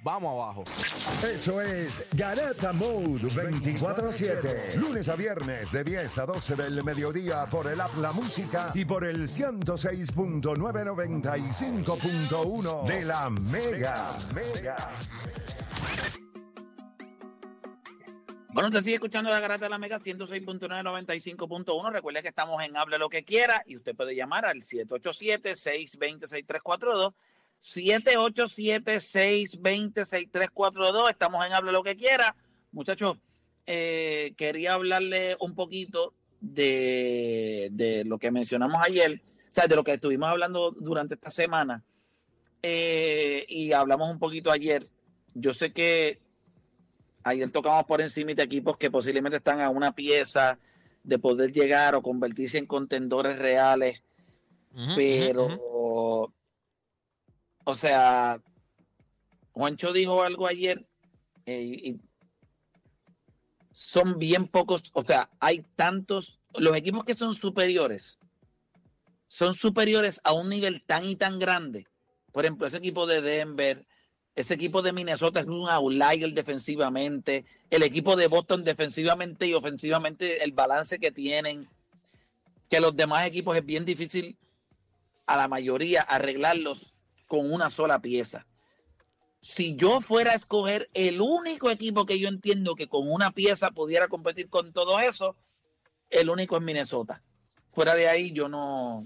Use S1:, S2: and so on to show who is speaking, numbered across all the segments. S1: Vamos abajo.
S2: Eso es Garata Mode 24-7. Lunes a viernes de 10 a 12 del mediodía por el App La Música y por el 106.995.1 de la Mega. Mega.
S3: Bueno, usted sigue escuchando la garata de la Mega 106.995.1. Recuerde que estamos en Hable lo que quiera y usted puede llamar al 787-620-6342. 787-620-6342. Estamos en Hable lo que quiera. Muchachos, eh, quería hablarle un poquito de, de lo que mencionamos ayer, o sea, de lo que estuvimos hablando durante esta semana. Eh, y hablamos un poquito ayer. Yo sé que Ayer tocamos por encima de equipos que posiblemente están a una pieza de poder llegar o convertirse en contendores reales, pero, o sea, Juancho dijo algo ayer eh, y son bien pocos, o sea, hay tantos, los equipos que son superiores, son superiores a un nivel tan y tan grande. Por ejemplo, ese equipo de Denver, ese equipo de Minnesota es un outlier defensivamente. El equipo de Boston defensivamente y ofensivamente, el balance que tienen. Que los demás equipos es bien difícil a la mayoría arreglarlos con una sola pieza. Si yo fuera a escoger el único equipo que yo entiendo que con una pieza pudiera competir con todo eso, el único es Minnesota. Fuera de ahí, yo no.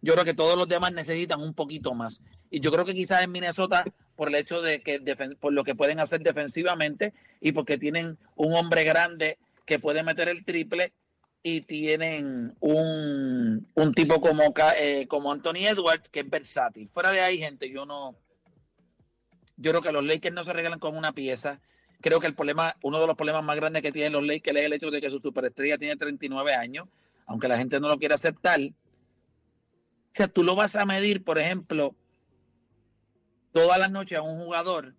S3: Yo creo que todos los demás necesitan un poquito más. Y yo creo que quizás en Minnesota, por el hecho de que defen- por lo que pueden hacer defensivamente y porque tienen un hombre grande que puede meter el triple y tienen un, un tipo como, Ca- eh, como Anthony Edwards que es versátil. Fuera de ahí, gente, yo no. Yo creo que los Lakers no se arreglan con una pieza. Creo que el problema, uno de los problemas más grandes que tienen los Lakers es el hecho de que su superestrella tiene 39 años, aunque la gente no lo quiera aceptar. O sea, tú lo vas a medir, por ejemplo, todas las noches a un jugador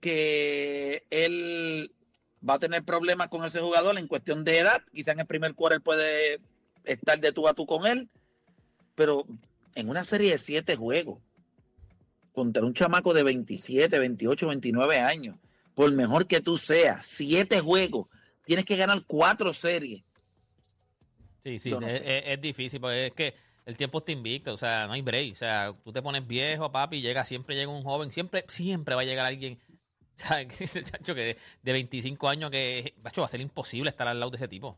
S3: que él va a tener problemas con ese jugador en cuestión de edad. Quizá en el primer quarter puede estar de tú a tú con él, pero en una serie de siete juegos contra un chamaco de 27, 28, 29 años, por mejor que tú seas, siete juegos, tienes que ganar cuatro series.
S4: Sí, sí,
S3: Yo no
S4: es, es- es difícil, porque es que el tiempo está invicto, o sea, no hay break. O sea, tú te pones viejo, papi, llega, siempre llega un joven, siempre, siempre va a llegar alguien. O sea, que ese chacho que de, de 25 años que macho, va a ser imposible estar al lado de ese tipo.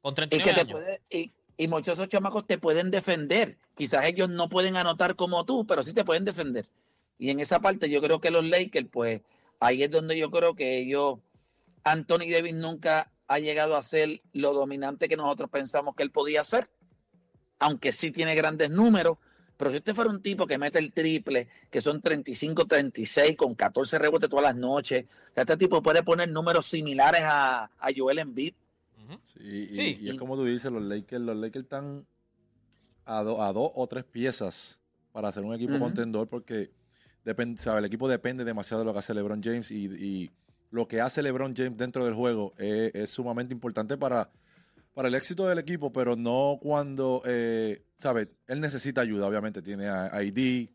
S4: Con
S3: Y,
S4: 39
S3: que te
S4: años.
S3: puede- y, y muchos de esos chamacos te pueden defender. Quizás ellos no pueden anotar como tú, pero sí te pueden defender. Y en esa parte yo creo que los Lakers, pues ahí es donde yo creo que ellos, Anthony Davis nunca ha llegado a ser lo dominante que nosotros pensamos que él podía ser, aunque sí tiene grandes números. Pero si este fuera un tipo que mete el triple, que son 35, 36, con 14 rebotes todas las noches, o sea, este tipo puede poner números similares a, a Joel Embiid.
S4: Ujú.
S5: Sí, y,
S4: Sí.
S5: y es como tú dices, los Lakers, los Lakers están a, do- a dos o tres piezas para hacer un equipo
S3: Ujú.
S5: contendor porque depend- sabe, el equipo depende demasiado de lo que hace LeBron James y, y lo que hace LeBron James dentro del juego es, es sumamente importante para, para el éxito del equipo, pero no cuando, eh, ¿sabes? Él necesita ayuda, obviamente, tiene a, a ID,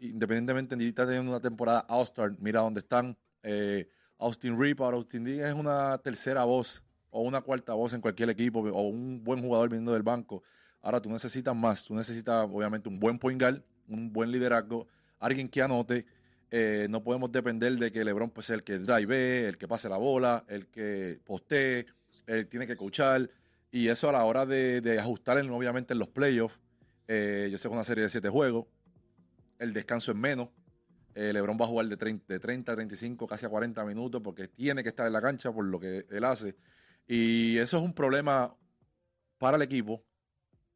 S5: independientemente de está teniendo una temporada All-Star, mira dónde están. eh, Austin Reed ahora Austin Dean es una tercera voz o una cuarta voz en cualquier equipo o un buen jugador viniendo del banco. Ahora tú necesitas más, tú necesitas obviamente un buen point guard, un buen liderazgo, alguien que anote. Eh, no podemos depender de que LeBron pues, sea el que drive, el que pase la bola, el que postee, él tiene que coachar. Y eso a la hora de, de ajustar, en- obviamente, en los playoffs. eh, yo sé que es una serie de siete juegos, el descanso es menos. Eh, LeBron va a jugar de 30, de 30 a 35, casi a 40 minutos, porque tiene que estar en la cancha por lo que él hace. Y eso es un problema para el equipo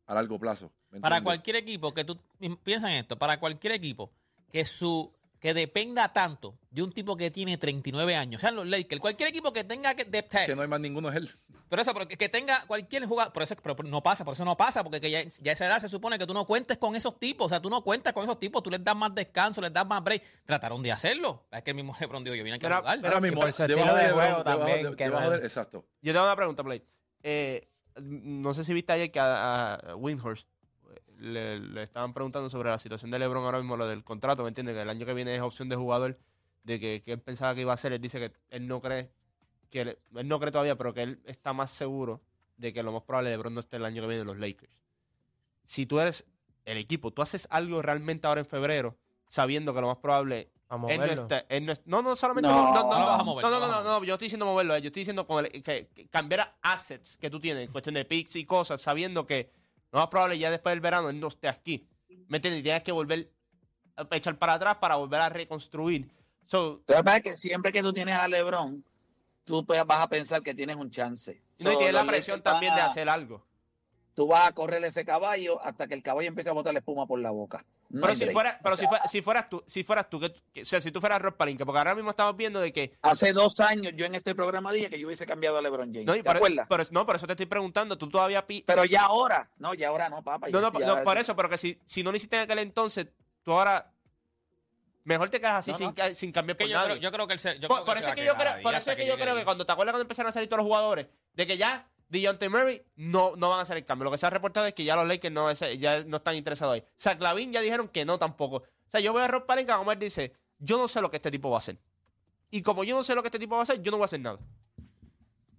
S5: a largo plazo. ¿me
S4: Para
S5: entiendes?
S4: cualquier equipo que tú piensa en esto, para cualquier equipo que su que dependa tanto de un tipo que tiene 39 años, sean los Lakers, cualquier equipo que tenga que, de-
S5: Que no hay más ninguno es él.
S4: pero eso, pero que- que tenga cualquier jugador, por eso pero no pasa, por eso no pasa, porque que ya, ya a esa edad se supone que tú no cuentes con esos tipos, o sea, tú no cuentas con esos tipos, tú les das más descanso, les das más break. Trataron de hacerlo, es que el mismo LeBron dijo, yo vine aquí
S6: Pero-
S4: a jugar.
S5: Ahora mismo,
S6: por su estilo
S5: debajo
S6: de
S5: de LeBron,
S6: juego
S5: debajo
S6: también,
S5: de-
S6: que
S5: debajo
S6: no-
S5: del- exacto.
S6: Yo tengo una pregunta, Play. Eh, no sé si viste ayer que a, a Windhorst le, le estaban preguntando sobre la situación de LeBron ahora mismo, lo del contrato, ¿me entiendes? Que el año que viene es opción de jugador, de que, que él pensaba que iba a hacer. Él dice que él no cree, que le- él no cree todavía, pero que él está más seguro de que lo más probable LeBron no esté el año que viene en los Lakers. Si tú eres el equipo, tú haces algo realmente ahora en febrero, sabiendo que lo más probable
S7: A
S6: él no,
S7: moverlo.
S6: está- él no es- no, no, solamente.
S3: No.
S6: No, no,
S4: No lo vas a
S6: no,
S4: mover,
S6: no,
S4: no
S6: no,
S4: lo vas a
S6: no, no, yo estoy diciendo moverlo. eh, Yo estoy diciendo con el- que, que cambiar assets que tú tienes, en cuestión de picks y cosas, sabiendo que no más probable ya después del verano él no esté aquí. ¿Me entiendes? Y Tienes que volver a echar para atrás para volver a reconstruir. So,
S3: Lo que pasa es que siempre que tú tienes a LeBron, tú pues, vas a pensar que tienes un chance.
S6: no, y
S3: So,
S6: tienes la
S3: los
S6: presión
S3: Lakers
S6: también de
S3: van a-
S6: hacer algo.
S3: Tú vas a correr ese caballo hasta que el caballo empiece a botar la espuma por la boca. No
S6: Pero,
S3: hay
S6: si,
S3: break.
S6: fuera, pero
S3: O sea,
S6: si, fuera- si fueras tú, si fueras tú, que, que- o sea, si tú fueras Rob Palinka, porque ahora mismo estamos viendo de que
S3: Hace dos años yo en este programa dije que yo hubiese cambiado a LeBron James.
S6: no, y
S3: ¿Te
S6: por-
S3: acuerdas?
S6: pero- no, por eso te estoy preguntando, tú todavía pi-
S3: Pero ya ahora, no, ya ahora no, papá.
S6: No,
S3: ya-
S6: no,
S3: ya
S6: no,
S3: ahora
S6: por
S3: sí.
S6: eso, pero que si, si no lo hiciste en aquel entonces, tú ahora. Mejor te quedas así
S3: No,
S6: sin,
S3: no.
S6: ca- sin cambiar
S4: Que
S6: por
S4: yo, creo,
S6: nadie.
S4: yo creo que él se, yo
S6: por,
S4: creo
S6: por
S4: que
S6: eso
S4: se
S6: es que
S4: va
S6: yo
S4: a quedar
S6: creo,
S4: ahí
S6: por eso
S4: hasta
S6: es que yo
S4: llegue
S6: creo que
S4: el-
S6: cuando te acuerdas cuando empezaron a salir todos los jugadores, de que ya DeJounte Murray no, no van a hacer el cambio. Lo que se ha reportado es que ya los Lakers no, es- ya no están interesados ahí. Zach Lavin ya dijeron que no tampoco. O sea, yo voy a Rob Palenka como él dice, yo no sé lo que este tipo va a hacer. Y como yo no sé lo que este tipo va a hacer, yo no voy a hacer nada.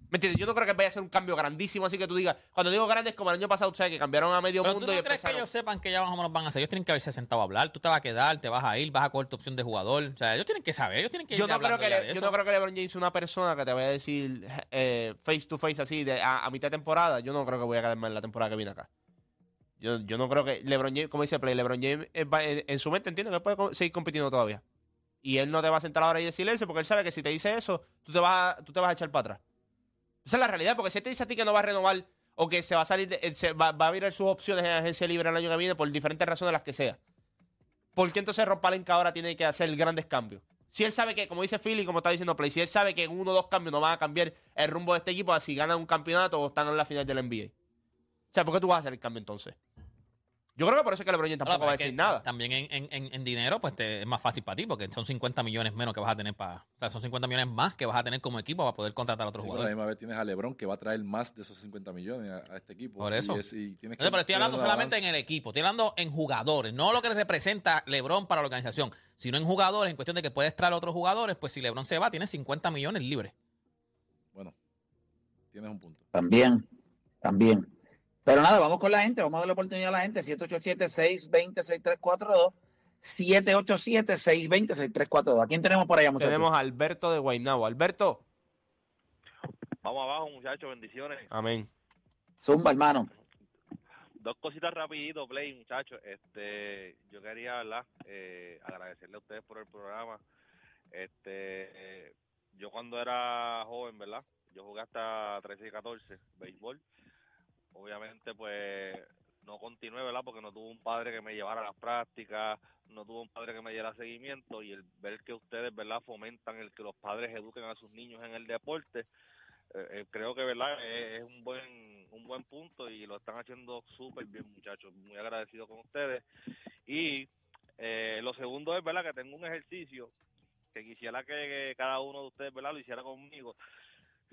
S6: ¿Me entiendes? Yo no creo que vaya a ser un cambio grandísimo, así que tú digas, cuando digo grandes como el año pasado, tú sabes que cambiaron a medio
S4: Pero tú
S6: mundo
S4: no
S6: y
S4: crees que
S6: empezaron-
S4: ellos sepan que ya más o menos van a hacer. Ellos tienen que haberse sentado a hablar. Tú te vas a quedar, te vas a ir, vas a coger tu opción de jugador. O sea, ellos tienen que saber. Ellos tienen que
S6: yo
S4: ir
S6: no, creo
S4: hablando
S6: que
S4: ya
S6: le-
S4: de
S6: yo
S4: eso.
S6: no creo que LeBron James es una persona que te vaya a decir eh, face to face así de, a, a mitad de temporada. Yo no creo que voy a quedar mal la temporada que viene acá. Yo, yo no creo que LeBron James, como dice Play, LeBron James eh, va- en, en su mente entiende que puede co- seguir compitiendo todavía. Y él no te va a sentar ahora y decir eso porque él sabe que si te dice eso, tú te vas, a- tú te vas a echar para atrás. Esa es la realidad, porque si él te dice a ti que no va a renovar o que se va a salir, de- eh, se va, va a virar sus opciones en agencia libre el año que viene por diferentes razones, las que sea. ¿Por qué entonces Rob Palenka ahora tiene que hacer grandes cambios? Si él sabe que, como dice Philly, como está diciendo Play, si él sabe que en uno o dos cambios no van a cambiar el rumbo de este equipo a si ganan un campeonato o están en la final del NBA. O sea, ¿por qué tú vas a hacer el cambio entonces? Yo creo que por eso es que LeBron James tampoco
S4: Ahora,
S6: va a
S4: es que
S6: decir nada.
S4: También en, en- en- en dinero, pues te- es más fácil para ti, porque son 50 millones menos que vas a tener para. O sea, son 50 millones más que vas a tener como equipo para poder contratar a otro
S5: Sí, pero a la
S4: jugador.
S5: misma vez tienes a LeBron que va a traer más de esos 50 millones a, a este equipo.
S4: Por
S5: Y
S4: eso.
S5: es- y tienes que
S4: Entonces, pero estoy hablando
S5: tener una
S4: solamente en
S5: balanza.
S4: el equipo, estoy hablando en jugadores, no lo que representa LeBron para la organización, sino en jugadores, en cuestión de que puedes traer a otros jugadores, pues si LeBron se va, tienes 50 millones libres.
S5: Bueno, tienes un punto.
S3: También, también. Pero nada, vamos con la gente, vamos a darle oportunidad a la gente. 787-620-6342. 787-620-6342. ¿A quién tenemos por allá, muchachos?
S6: Tenemos a Alberto de Guaynabo. Alberto,
S8: Vamos abajo, muchachos, bendiciones.
S6: amén.
S3: Zumba, hermano.
S8: Dos cositas rapidito, Play, muchachos. Este, yo quería, ¿verdad? Eh, agradecerle a ustedes por el programa. Este, eh, yo cuando era joven, ¿verdad? Yo jugué hasta 13 y 14, béisbol. Obviamente, pues, no continué, ¿verdad? Porque no tuve un padre que me llevara a las prácticas, no tuve un padre que me diera seguimiento y el ver que ustedes, ¿verdad? Fomentan el que los padres eduquen a sus niños en el deporte, eh, eh, creo que verdad Eh, es un buen un buen punto y lo están haciendo súper bien muchachos muy agradecido con ustedes y eh, lo segundo es verdad que tengo un ejercicio que quisiera que, que cada uno de ustedes verdad lo hiciera conmigo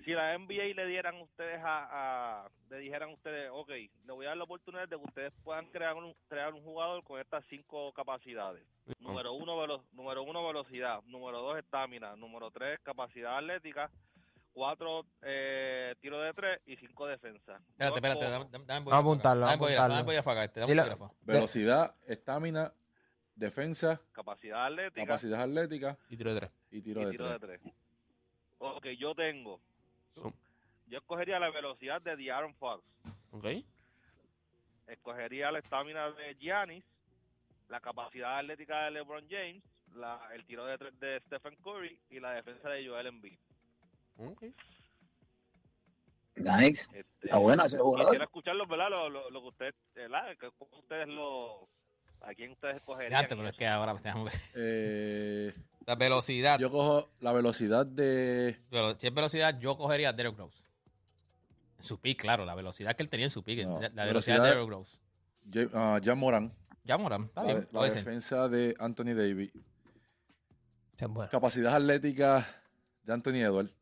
S8: si la NBA le dieran ustedes a, a- le dijeran ustedes ok le voy a dar la oportunidad de que ustedes puedan crear un crear un jugador con estas cinco capacidades número uno velo- número uno velocidad número dos estamina número tres capacidad atlética cuatro eh, tiros de tres y cinco defensas.
S4: Espérate,
S8: Yo
S4: espérate,
S8: como-
S4: dame, dame, dame un
S7: Vamos a apuntarlo,
S4: bolígrafo acá,
S7: vamos a
S4: Dame un
S7: apuntarlo.
S4: bolígrafo acá, este, dame un
S7: Y la-
S4: bolígrafo.
S5: Velocidad, estamina, defensa,
S8: Capacidad atlética
S5: capacidad atlética
S6: Y tiro de tres.
S5: y
S8: y
S5: tiro
S8: tiro
S5: de tres.
S8: de tres. Ok, yo tengo.
S6: Zoom.
S8: Yo escogería la velocidad de De'Aaron Fox.
S6: ¿Ok?
S8: Escogería la estamina de Giannis. La capacidad atlética de LeBron James. La, el tiro de tres de Stephen Curry. Y la defensa de Joel Embiid.
S6: Ok.
S3: Ganix,
S8: Este,
S3: está bueno ese
S8: Quisiera
S3: jugador.
S8: escucharlos, ¿verdad? Lo, lo, lo que ustedes, ¿verdad? Que- ¿Cómo ustedes lo... ¿A quién ustedes escogerían?
S4: Fíjate, pero es que ahora tenemos que-
S5: Eh,
S4: La velocidad.
S5: yo cojo la velocidad de.
S4: Pero si es velocidad, yo cogería a Derrick Rose. En su pick, claro, la velocidad que él tenía en su pick.
S5: No,
S4: la,
S5: velocidad-
S4: la velocidad de Derrick Rose.
S5: Ja- ah, Jan Moran.
S4: Ya Morán, está
S5: La,
S4: bien.
S5: de-
S4: lo
S5: la
S4: dicen.
S5: defensa de Anthony Davis.
S7: Está bueno.
S5: Capacidad atlética de Anthony Edwards.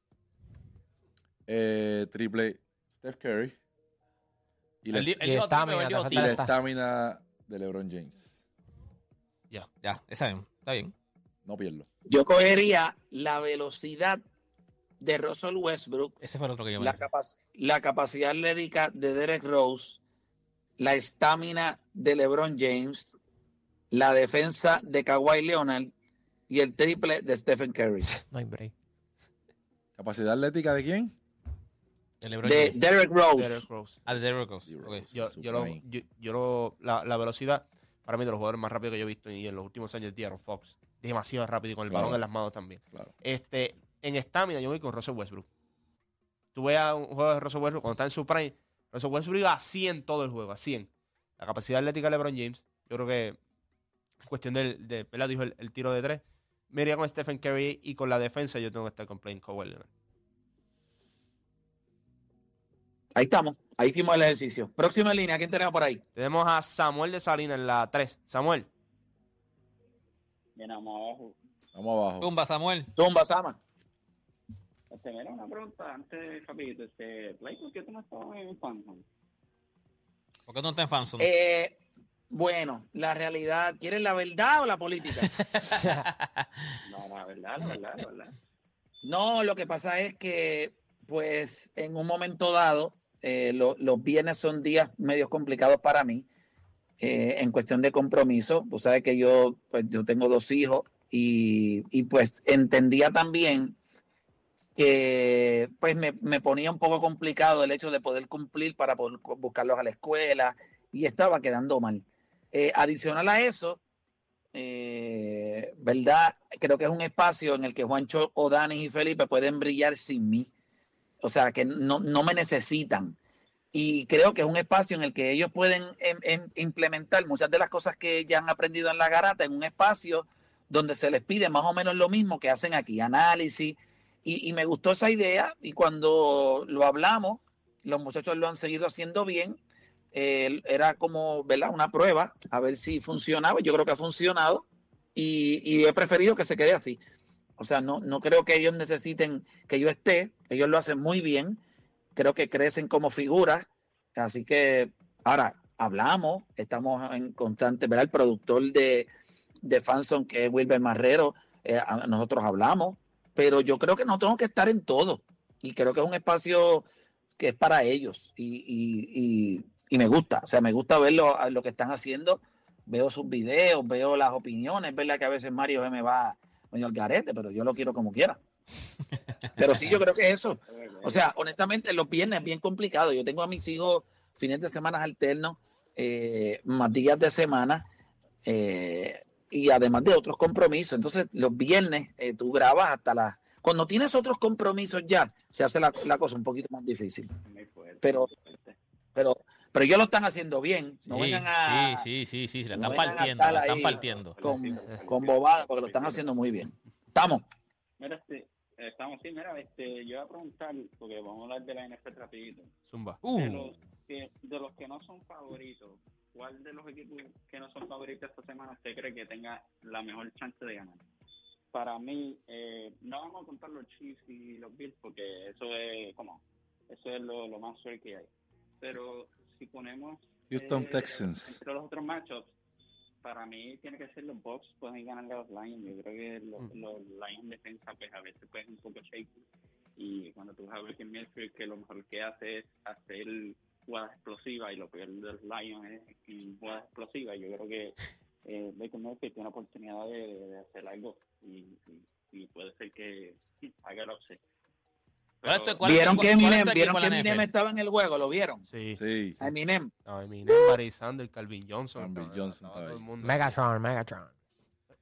S5: Eh, triple Steph Curry. Y la,
S4: Él di-
S5: y
S4: él dijo
S7: estamina,
S4: triple, él dijo
S7: te
S5: la
S7: falta
S4: tiro.
S7: está.
S5: estamina de LeBron James.
S4: Ya, ya, esa misma. Está bien.
S5: No pierdo.
S3: Yo cogería la velocidad de Russell Westbrook,
S4: Ese fue el otro que yo
S3: la,
S4: pensé.
S3: capac- la capacidad atlética de Derek Rose, la estamina de LeBron James, la defensa de Kawhi Leonard y el triple de Stephen Curry.
S7: No hay break.
S5: ¿Capacidad atlética de quién?
S4: El LeBron
S3: De
S4: James.
S3: Derek Rose.
S6: Derrick Rose.
S4: Ah, de Derrick Rose.
S5: Derrick
S4: ok.
S5: Rose.
S6: Yo,
S5: Su
S6: yo lo,
S5: prime.
S6: yo, yo lo- la, la velocidad, para mí, de los jugadores más rápidos que yo he visto y en los últimos años, De'Aaron Fox. Demasiado rápido y con el
S5: Claro.
S6: balón en las manos también.
S5: Claro.
S6: Este, en estamina, yo voy con Russell Westbrook. Tú ves a un juego de Russell Westbrook cuando está en su prime. Russell Westbrook iba a 100 todo el juego, a 100. La capacidad atlética de LeBron James, yo creo que es cuestión del, de, ¿verdad? Dijo el, el tiro de tres. Me iría con Stephen Curry y con la defensa yo tengo que estar con Plain Cowell.
S3: Ahí estamos. Ahí hicimos el ejercicio. Próxima línea, ¿quién tenemos por ahí?
S6: Tenemos a Samuel de Salinas en la 3. Samuel.
S9: Mira, vamos abajo.
S5: Vamos abajo.
S4: Tumba, Samuel.
S3: Tumba, Sama.
S9: Este, mira, una pregunta antes, rapidito. Este, Blake, ¿por qué tú no estabas en Fanham?
S4: ¿Por qué tú no estás en Fanson?
S3: Eh, bueno, la realidad, ¿quieres la verdad o la política?
S9: No, la verdad, la verdad, la verdad.
S3: No, lo que pasa es que, pues, en un momento dado, eh, lo- los viernes son días medio complicados para mí, eh, en cuestión de compromiso. Tú sabes que yo, pues, yo tengo dos hijos y, y, pues, entendía también que, pues, me, me ponía un poco complicado el hecho de poder cumplir para poder cu- buscarlos a la escuela y estaba quedando mal. Eh, adicional a eso, eh, ¿verdad? Creo que es un espacio en el que Juancho, Odanis y Felipe pueden brillar sin mí. O sea, que no, no me necesitan. Y creo que es un espacio en el que ellos pueden em- em- implementar muchas de las cosas que ya han aprendido en la garata, en un espacio donde se les pide más o menos lo mismo que hacen aquí, análisis. Y, y me gustó esa idea y cuando lo hablamos, los muchachos lo han seguido haciendo bien eh, era como, ¿verdad? Una prueba, a ver si funcionaba. Yo creo que ha funcionado y, y he preferido que se quede así. O sea, no, no creo que ellos necesiten que yo esté. Ellos lo hacen muy bien. Creo que crecen como figuras. Así que ahora hablamos, estamos en constante, ¿verdad? El productor de, de Fanson, que es Wilber Marrero, eh, a- nosotros hablamos, pero yo creo que no tengo que estar en todo. Y creo que es un espacio que es para ellos y, y- y- y me gusta, o sea, me gusta ver lo, a lo que están haciendo, veo sus videos, veo las opiniones, verdad que a veces Mario se me va medio al garete, pero yo lo quiero como quiera. Pero sí, yo creo que eso. O sea, honestamente, los viernes es bien complicado. Yo tengo a mis hijos fines de semana alternos, eh, más días de semana, eh, y además de otros compromisos. Entonces, los viernes eh, tú grabas hasta las... Cuando tienes otros compromisos ya, se hace la, la cosa un poquito más difícil pero pero pero ellos lo están haciendo bien no
S4: sí,
S3: vengan a
S4: sí, sí, sí, sí, se la
S3: no
S4: están
S3: vengan a
S4: partiendo,
S3: estar
S4: la están
S3: ahí.
S4: partiendo.
S3: con, con bobada porque lo están haciendo muy bien estamos
S9: Mira, este, estamos, sí, mira, este, yo voy a preguntar, porque vamos a hablar de la NFL rapidito.
S6: Zumba.
S9: De,
S4: Uh,
S9: los que, de los que no son favoritos, ¿cuál de los equipos que no son favoritos esta semana usted cree que tenga la mejor chance de ganar? Para mí, eh, no vamos a contar los Chiefs y los Bills porque eso es como eso es lo, lo más suerte que hay. Pero si ponemos
S5: Houston Texans.
S9: entre los otros matchups, para mí tiene que ser los Bucks pueden ganar a los Lions. Yo creo que los, los Lions defensa pues a veces pues un poco shaky y cuando tú vas a ver que Mercury que lo mejor que hace es hacer jugadas explosivas y lo peor de los Lions es que jugadas explosivas. Yo creo que eh, Baker Mercury tiene la oportunidad de, de hacer algo y, y- y puede ser que haga el upset.
S4: ¿Cuál es tu-
S9: Pero-
S4: cuál es tu-
S3: vieron
S4: cuál
S3: que
S4: es tu
S3: Eminem
S4: equipo
S3: vieron
S4: en
S3: que
S4: la
S3: Eminem
S4: NFL?
S3: estaba en el juego lo vieron
S6: Sí.
S5: Sí.
S3: A Eminem
S6: No, Eminem, Barry Sanders, Calvin Johnson.
S5: Calvin
S6: estaba-
S5: Johnson
S6: estaba
S5: estaba
S6: todo el
S5: ahí.
S6: mundo.
S7: Megatron, Megatron.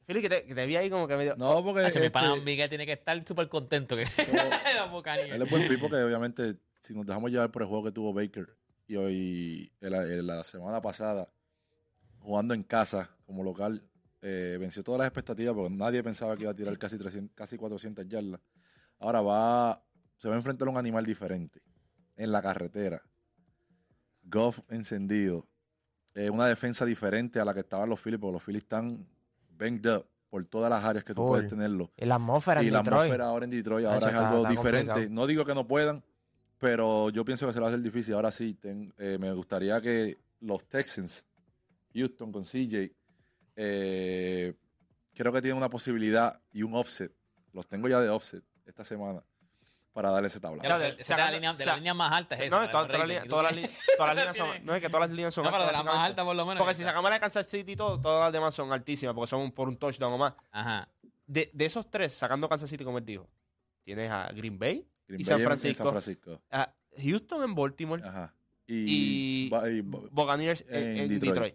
S6: Fili, que te, que te vi ahí como que medio...
S5: No, porque.
S4: Hacho, mi
S5: este,
S4: pana Miguel tiene que estar súper contento que
S5: como-
S4: la bocanía.
S5: él es buen tipo que obviamente si nos dejamos llevar por el juego que tuvo Baker y hoy, el- el- la semana pasada, jugando en casa como local, eh, venció todas las expectativas porque nadie pensaba que iba a tirar casi, 300, casi 400 yardas. Ahora va, se va a enfrentar a un animal diferente en la carretera. Goff encendido. Eh, una defensa diferente a la que estaban los Phillies, porque los Phillies están banged up por todas las áreas que tú
S7: Full.
S5: puedes tenerlo.
S7: Y la atmósfera en
S5: Y la
S7: Detroit.
S5: atmósfera ahora en Detroit ahora
S7: Eso
S5: es
S7: está-
S5: algo
S7: está
S5: diferente.
S7: complicado.
S5: No digo que no puedan, pero yo pienso que se va a hacer difícil. Ahora sí, ten- eh, me gustaría que los Texans, Houston con CJ, eh, creo que tienen una posibilidad y un offset. Los tengo ya de offset esta semana para darle ese tablazo.
S4: Claro, de- esa es la línea- de
S6: o
S4: la
S6: sea,
S4: línea más alta es
S6: se-
S4: esa,
S6: No,
S4: la
S6: todas
S4: de
S6: todas las
S4: Brady.
S6: líneas- todas las líneas- todas las líneas son. No es que todas las líneas son
S4: No, pero de las más
S6: básicamente.
S4: altas, por lo menos, ¿eh?
S6: Porque
S4: ahí
S6: si
S4: está.
S6: sacamos la de Kansas City y todo, todas las demás son altísimas porque son por un touchdown o más.
S4: Ajá.
S6: De, de esos tres, sacando Kansas City, como él dijo, tienes a Green Bay
S5: Green Bay
S6: y San
S5: en- en
S6: Francisco.
S5: San Francisco.
S6: a Houston en Baltimore.
S5: Ajá.
S6: Y,
S5: Ah, Y, ba- y ba-
S6: Buccaneers en,
S5: en
S6: en
S5: Detroit.
S6: Detroit.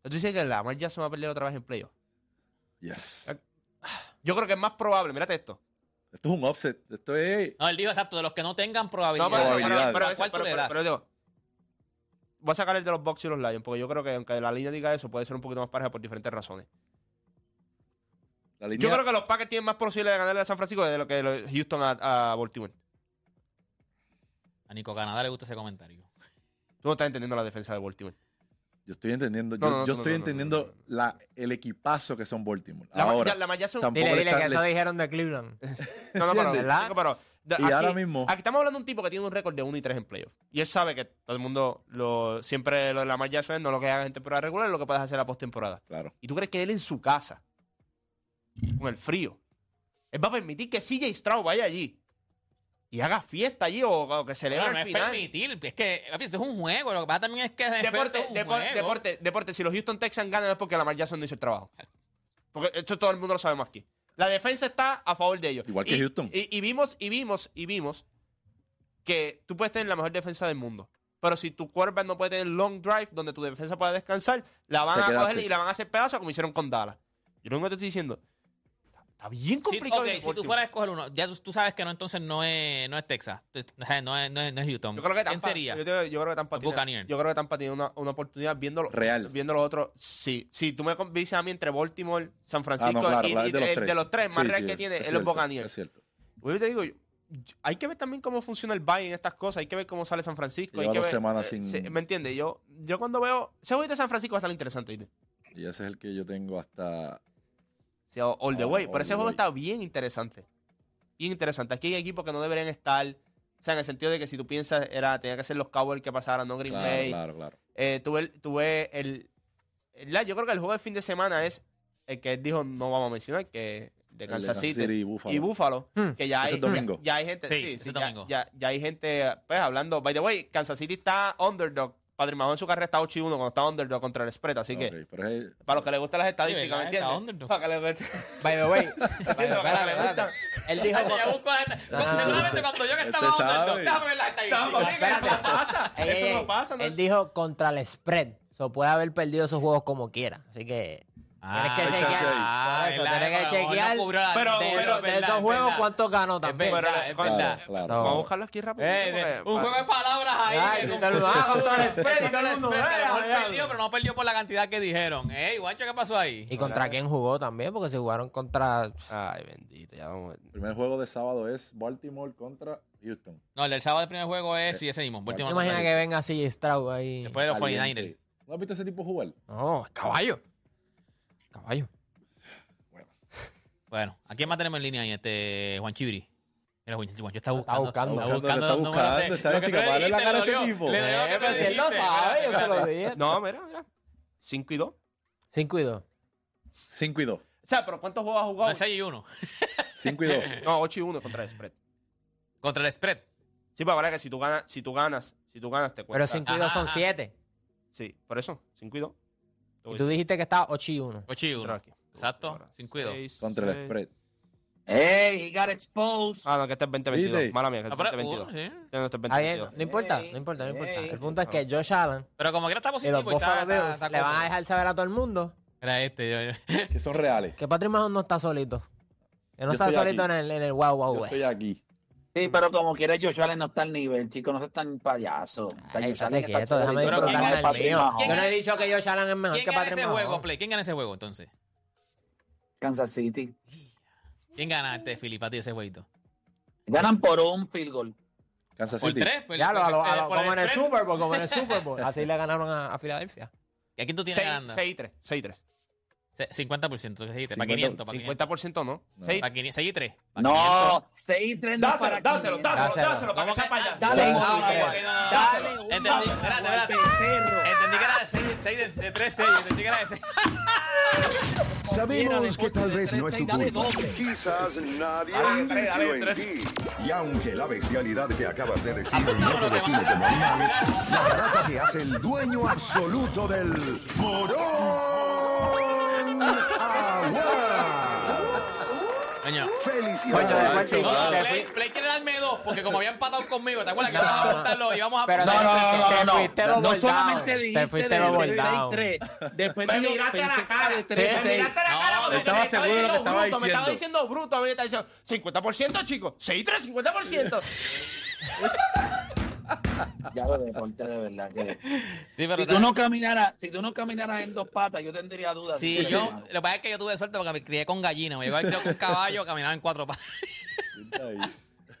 S6: Tú dices que Lamar Jackson va a perder otra vez en playoff.
S5: Yes.
S6: Yo creo que es más probable, mírate esto.
S5: Esto es un offset. Esto es.
S4: No, él dijo exacto, de los que no tengan probabilidad.
S6: No, pero, pero,
S5: Probabilidad.
S6: pero-
S4: ¿A cuál tú
S6: pero-
S4: le
S6: pero-
S4: das?
S6: pero digo, voy a sacar el de los Bucks y los Lions, porque yo creo que aunque la línea diga eso, puede ser un poquito más pareja por diferentes razones.
S5: La línea,
S6: Yo creo que los Packers tienen más posibilidad de ganarle a San Francisco de lo que los Houston a, a Baltimore.
S4: A Nico Canadá le gusta ese comentario.
S6: Tú no estás entendiendo la defensa de Baltimore.
S5: Yo estoy entendiendo,
S6: No,
S5: yo,
S6: no, no,
S5: yo
S6: no,
S5: estoy
S6: no, no,
S5: entendiendo La, el equipazo que son Baltimore.
S6: La,
S5: Ahora,
S6: ya- la Jackson-
S5: tampoco
S7: Dile,
S5: le
S7: dile
S5: están-
S7: que
S5: le-
S7: eso dijeron de Cleveland.
S6: No, no, pero,
S7: ¿Verdad?
S6: chico, pero de-
S5: Y ahora mismo-
S6: Aquí estamos hablando de un tipo que tiene un récord de 1 y 3 en playoffs. Y él sabe que todo el mundo lo, siempre lo de Lamar Jackson es no lo que hagas en temporada regular, es lo que puedes hacer en la postemporada.
S5: Claro.
S6: ¿Y tú crees que él en su casa, con el frío, él va a permitir que CJ Stroud vaya allí y haga fiesta allí o, o que celebre
S4: Pero
S6: el
S4: no es
S6: final?
S4: permitir, es que papi, esto es un juego. Lo que pasa también es que NFL
S6: Deporte,
S4: es un
S6: depo-
S4: juego.
S6: deporte, deporte. Si los Houston Texans ganan es porque Lamar Jackson no hizo el trabajo. Porque esto todo el mundo lo sabemos aquí. La defensa está a favor de ellos.
S5: Igual que
S6: Y-
S5: Houston.
S6: Y, y vimos, y vimos, y vimos que tú puedes tener la mejor defensa del mundo. Pero si tu quarterback no puede tener long drive donde tu defensa pueda descansar, la van
S5: Te
S6: a
S5: quedaste.
S6: coger y la van a hacer pedazos como hicieron con Dallas. Yo lo único que te estoy diciendo, está, está bien
S4: Si,
S6: complicado.
S4: ok,
S6: el
S4: si tú
S6: deporte.
S4: fueras a escoger uno, ya tú, tú sabes que no, entonces no es, no es Texas, no es, no es, no es Houston.
S6: Yo creo que
S4: ¿Quién
S6: Tampa,
S4: sería?
S6: Yo, creo- yo creo que Tampa
S4: Los
S6: tiene,
S4: Buccaneers.
S6: yo creo que Tampa tiene una, una oportunidad viendo lo-
S5: Real.
S6: viendo los otros. Sí, si tú me con- dices a mí entre Baltimore, San Francisco
S5: Ah, no, claro,
S6: y,
S5: claro,
S6: y
S5: es de, los tres.
S6: más
S5: Sí,
S6: real
S5: sí,
S6: que tiene es, los
S5: cierto,
S6: Buccaneers.
S5: Es cierto.
S6: Pues yo te digo, yo- yo- hay que ver también cómo funciona el Bayern en estas cosas, hay que ver cómo sale San Francisco, hay
S5: Lleva
S6: que
S5: dos
S6: ver-
S5: semanas sin-
S6: eh, sí, ¿Me entiendes? Yo, yo cuando veo ese juego de San Francisco va a estar interesante, ¿viste?
S5: Y ese es el que yo tengo hasta.
S6: O sea, all the
S5: Ah,
S6: way,
S5: all
S6: pero ese
S5: the
S6: juego
S5: way.
S6: está bien interesante, bien interesante. Aquí hay equipos que no deberían estar, o sea, en el sentido de que si tú piensas era tenía que ser los Cowboys que pasaran, no Green
S5: Claro,
S6: Bay.
S5: claro, claro.
S6: Eh, tuve, el- tuve el, la- Yo creo que el juego de fin de semana es el que él dijo, no vamos a mencionar, que de
S5: El
S6: Kansas City,
S5: y Buffalo.
S6: y Buffalo.
S7: Hmm.
S6: Que ya
S5: Ese
S6: hay,
S5: es domingo.
S6: ya hay gente.
S4: Sí,
S6: Sí,
S4: ese
S6: sí,
S4: es
S6: ya,
S4: domingo.
S6: ya- ya hay gente, pues, hablando. By the way, Kansas City está underdog. Patrick Mahomes en su carrera está 8 y 1 cuando está underdog contra el spread. Así que,
S5: Ok, pero es-
S6: para los que les gustan las
S4: Sí,
S6: estadísticas,
S4: ¿verdad?
S6: ¿me
S4: Está
S6: entiendes?
S4: underdog.
S6: Para que les guste.
S7: By the way, by the
S6: Entiendo
S7: way,
S6: que
S7: espérate,
S6: le gusta.
S7: espérate. Él dijo. Ah.
S4: Ya busco a esta-
S7: No, no,
S4: seguramente cuando yo que
S5: este
S4: estaba
S5: sabe.
S4: underdog, déjame ver las
S6: No, papi,
S4: estadísticas.
S6: que eso no pasa.
S7: Ey,
S6: Eso
S7: ey,
S6: no pasa. ¿no?
S7: Eh, Él dijo contra el spread. So puede haber perdido esos juegos como quiera. Así que. tienes que
S5: hay chance
S7: chequear.
S5: ahí.
S4: Ah,
S7: Eso,
S4: verdad,
S7: tienes que
S4: a lo mejor no
S7: chequear.
S4: cubrió la-
S6: Pero-
S7: de,
S6: pero
S7: esos- de
S4: verdad,
S7: esos
S4: es
S7: juegos,
S4: verdad.
S7: ¿cuánto ganó también?
S4: verdad,
S6: Pero-
S4: es
S5: Claro,
S4: verdad.
S5: claro.
S7: No.
S6: Vamos a buscarlo aquí rápido.
S4: Eh, de-
S6: porque-
S4: un juego de palabras ahí.
S7: Ah, Ay,
S4: que
S7: sí,
S4: con-
S7: todo el mundo, ah, contra el spread,
S4: Contra
S7: todo el mundo,
S4: spread, a lo mejor
S7: vaya,
S4: perdió, pero no perdió por la cantidad que dijeron. Ey, guacho, ¿qué pasó ahí?
S7: ¿Y contra quién jugó también? Porque se jugaron contra.
S6: Ay, bendito, ya vamos.
S5: El primer juego de sábado es Baltimore contra Houston.
S4: No, el del sábado del primer juego es, sí, ese mismo. Baltimore
S7: Imagina
S4: contra-
S7: que venga así Straub ahí.
S4: Después de los
S5: Caliente.
S4: 49ers.
S5: ¿No has visto ese tipo jugar?
S7: No, caballo. Caballo.
S4: Bueno, ¿a quién más tenemos en línea ahí? Este, Juan Chibri. Mira, Juan, Juan, yo está buscando.
S7: buscando.
S4: Ah,
S5: Está
S4: Está
S5: buscando,
S4: buscando, los
S5: está
S4: números
S5: buscando,
S4: de-
S5: está
S4: lo que tú
S5: buscando, para darle
S4: le
S5: la
S4: dijiste,
S5: cara a
S4: le
S5: este
S4: dio,
S5: tipo.
S4: le dio lo que
S7: Eh,
S4: tú
S7: pero si él lo
S4: dijiste,
S7: sabe, yo
S4: espérate,
S7: se lo dije.
S6: No, mira, mira. 5 y 2.
S7: 5 y 2.
S5: 5 y 2.
S6: O sea, pero ¿cuántos juegos ha
S4: No
S6: jugado?
S4: es 6 y 1.
S5: 5 y 2.
S6: No, 8 y 1 contra el spread.
S4: Contra el spread.
S6: Sí, para verdad que si tú ganas, si tú ganas, si tú ganas, te cuesta.
S7: Pero 5 y 2 son
S4: Ajá.
S7: 7.
S6: Sí, por eso, 5 y 2.
S7: Y tú dijiste que estaba 8 y 1.
S4: 8 y 1. Exacto, 5 y 2.
S5: Contra el spread.
S3: Hey, he got exposed.
S6: Ah, no, que este es 2022.
S5: Dile.
S6: Mala mía, que
S4: Ah,
S6: este es
S4: pero,
S6: 2022.
S4: sí.
S6: Ya no, este es
S7: Está bien,
S6: 2022.
S7: no importa,
S3: Ey,
S7: no importa, no importa.
S3: ey.
S7: El punto es que Josh Allen
S4: pero como quiera está
S7: y los
S4: positivo. y está-
S7: Buffalo
S4: está-
S7: Bills
S4: está
S7: le van a
S4: cuatro.
S7: dejar saber a todo el mundo
S4: Era este. yo- yo-
S5: Que son reales.
S7: que Patrick Mahomes no está solito. Que no
S5: Yo
S7: está
S5: estoy
S7: solito
S5: aquí.
S7: en el, en el Wow Wow
S5: Yo
S7: West.
S5: estoy aquí.
S3: Sí, pero como quiera, Josh Allen no está al nivel, chico, no seas tan payaso. Está
S7: Ay,
S3: Josh Allen
S7: estate
S3: que está
S7: quieto,
S3: todo
S7: déjame
S3: el programa
S7: disfrutar
S3: de
S7: del
S3: Patrick
S7: mío.
S3: Mahomes.
S7: Yo no he dicho que Josh Allen es mejor
S4: ¿Quién
S7: que
S4: gana
S7: Patrick
S4: ese
S7: Mahomes.
S4: juego, Play? ¿Quién gana ese juego entonces?
S3: Kansas City.
S4: ¿Quién gana este Filipati ese jueguito?
S3: Ganan por un field goal.
S5: Kansas
S4: Por
S5: City.
S4: tres, pues,
S7: Ya, lo- a lo- a
S4: eh,
S7: lo-
S4: por
S7: como en el
S4: tres.
S7: Super Bowl, como en el Super Bowl. Así le ganaron a, a Filadelfia.
S4: ¿Y a quién tú tienes
S6: 6,
S4: ganando?
S6: 6-3, 6-3.
S4: Se- 50%, que se dice,
S5: 50,
S4: para 500, para 500.
S6: 50% no. Seis-
S4: Para 500, 6 y 3.
S3: No, 6 y 3 no es
S6: Dáselo,
S3: para
S6: dáselo,
S3: 500.
S6: dáselo,
S7: Dáselo.
S6: dáselo, para que sea payaso.
S3: Dale,
S7: Seis,
S3: dale, dale,
S7: dale,
S4: dáselo.
S3: dale, un
S4: Entendí,
S3: vaso
S4: espérate,
S3: al
S4: espérate.
S3: becerro.
S4: Entendí que era de 6, de 3, 6. Entendí que era de 6.
S2: Sabemos que tal vez no es tu
S3: Dale
S2: culpa.
S3: doble.
S2: Quizás nadie
S6: Dale,
S2: ha
S6: dale,
S2: invertido
S6: dale,
S2: en
S6: dale.
S2: ti. Y aunque la bestialidad que acabas de decir no
S4: Apuntámoslo,
S2: te
S4: te
S2: define
S4: vamos a-
S2: como animal, la barata te hace el dueño absoluto del morón agua.
S4: Coño.
S2: Felicidades.
S4: No,
S5: Chaval.
S4: Play, Play quiere darme dos, porque como había empatado conmigo, ¿te acuerdas que íbamos a apostarlo? Íbamos a
S7: Pero
S4: apostar-
S7: te- te-
S3: no,
S7: te
S3: no.
S7: fuiste
S3: No
S7: doble
S3: solamente
S7: down.
S3: dijiste
S7: Te fuiste
S3: del
S7: doble
S3: 6
S7: down.
S3: 3, después
S6: Me
S3: dijo,
S6: miraste a la
S3: pensé
S6: cara.
S3: de
S6: Me
S3: tres, seis.
S6: miraste a la cara
S4: No,
S6: porque
S5: estaba
S6: te-
S5: seguro que estaba
S6: bruto, Me estaba
S5: diciendo.
S6: diciendo bruto. A mí me estaba diciendo 50%, chicos. 6-3, 50%.
S3: Ya lo deporte de verdad que.
S4: Sí, pero
S3: Si tú no caminaras, si tú no caminaras en dos patas, yo tendría dudas.
S4: Sí,
S3: Pero,
S4: yo,
S3: hermano,
S4: lo que pasa es que yo tuve suerte porque me crié con gallina, me llegó el con caballo, caminaba en cuatro patas.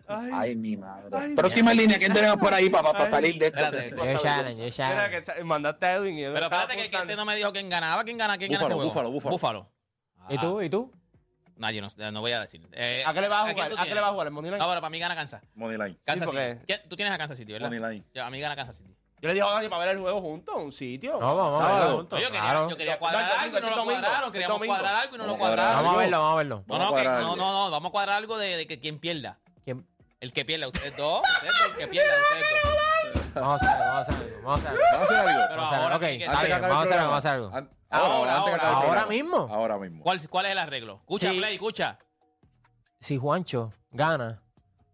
S3: Ay, mi madre. Próxima línea, ¿quién tenemos por ahí para, para salir de esto?
S4: Espérate,
S3: Esto
S7: Josh
S3: está
S7: Allen, Josh
S6: Mira
S7: Allen.
S6: que sa- mandaste a Edwin y yo
S4: Pero
S6: estaba
S4: espérate que, que
S6: apuntando.
S4: este no me dijo quién ganaba, quién gana, quién gana ese
S5: Búfalo,
S4: juego.
S5: búfalo, búfalo.
S4: Búfalo. Ah.
S7: ¿Y tú? ¿Y tú?
S4: No, yo no, no voy a decir. Eh,
S6: ¿A qué le vas a
S4: quién
S6: jugar?
S4: tú
S6: ¿A qué
S4: tienes?
S6: le vas a jugar? ¿El Moneyline?
S4: No, pero para mí gana Kansas.
S5: Money line.
S4: Kansas
S6: porque-
S4: City. ¿Quién- Tú tienes a Kansas City, ¿verdad?
S5: Money line.
S4: Yo- a mí gana Kansas City.
S6: Yo le dije a Dani para ver el juego juntos, un sitio.
S7: No, vamos a verlo
S5: Sábado.
S7: juntos.
S4: Oye, yo, quería,
S7: Claro.
S4: yo quería
S6: No,
S4: cuadrar
S6: domingo,
S4: algo y no
S6: es
S4: lo
S6: domingo,
S4: cuadraron.
S6: es
S4: Queríamos
S6: domingo.
S4: cuadrar algo y no lo
S5: Vamos a cuadrar
S7: Vamos a
S5: algo.
S4: cuadraron.
S7: verlo, vamos a verlo.
S4: No,
S5: Vamos
S4: no,
S5: a
S4: que-
S5: cuadrar
S4: no,
S5: algo.
S4: no, no, vamos a cuadrar algo de, de que quien pierda.
S7: ¿Quién?
S4: El que pierda, ustedes dos, ustedes dos, el que pierda, ustedes dos.
S7: Vamos a hacer algo, vamos a hacer algo, vamos a hacer algo.
S5: Vamos a hacer algo.
S4: Pero
S7: Vamos a hacer algo.
S4: ahora
S7: Ok,
S4: sí que
S7: está
S4: sí.
S5: Antes que
S7: bien,
S5: acabe
S7: vamos a hacer
S5: el
S7: algo, vamos a hacer
S5: programa.
S7: algo.
S5: An- Ahora,
S4: Ahora,
S5: antes que acabe el
S4: ahora.
S5: programa.
S7: Ahora mismo.
S5: Ahora mismo.
S4: ¿Cuál, ¿Cuál es el arreglo? Escucha,
S7: Sí.
S4: Play, escucha.
S7: Si Juancho gana,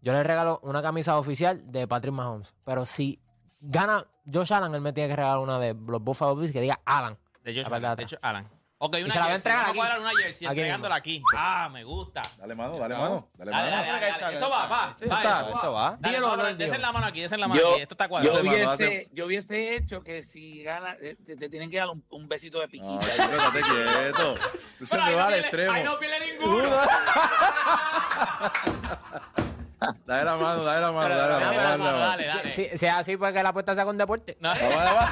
S7: yo le regalo una camisa oficial de Patrick Mahomes. Pero si gana Josh Allen, él me tiene que regalar una de los Buffalo Bills que diga Allen.
S4: De Josh
S7: La
S4: Allen.
S7: verdad.
S4: De hecho, Alan. Ok, una
S7: se la va a
S4: jersey.
S7: entregar
S4: Vamos a
S7: aquí.
S4: cuadrar una jersey,
S7: Aquí
S4: entregándola aquí. Ah, me gusta.
S5: Dale mano, dale mano. Dale
S4: Dale, dale,
S5: mano.
S4: dale, dale. Eso va, va.
S7: Eso
S4: va,
S7: está,
S4: eso va.
S7: eso va.
S4: Dale,
S7: Dígalo,
S4: Pablo,
S7: no,
S4: desen
S7: dígalo.
S4: la mano aquí, desen la mano
S3: Yo,
S4: aquí. Esto está
S3: yo
S4: cuadrado.
S3: hubiese, yo hubiese hehecho que si gana, eh, te, te tienen que dar un, un besito de
S5: Ay,
S3: piquita.
S5: pero estate quieto. Tú
S4: Pero
S5: siempre
S4: ahí no
S5: vas al
S4: pierde- Ahí no
S5: extremo.
S4: pierde ninguno.
S5: Dale la mano, dale la mano, dale la
S4: Dale,
S5: mano.
S4: dale,
S5: Dale la mano.
S4: dale, dale.
S7: Si, si es así, pues que la apuesta sea con deporte.
S4: No,
S5: Vamos, vamos.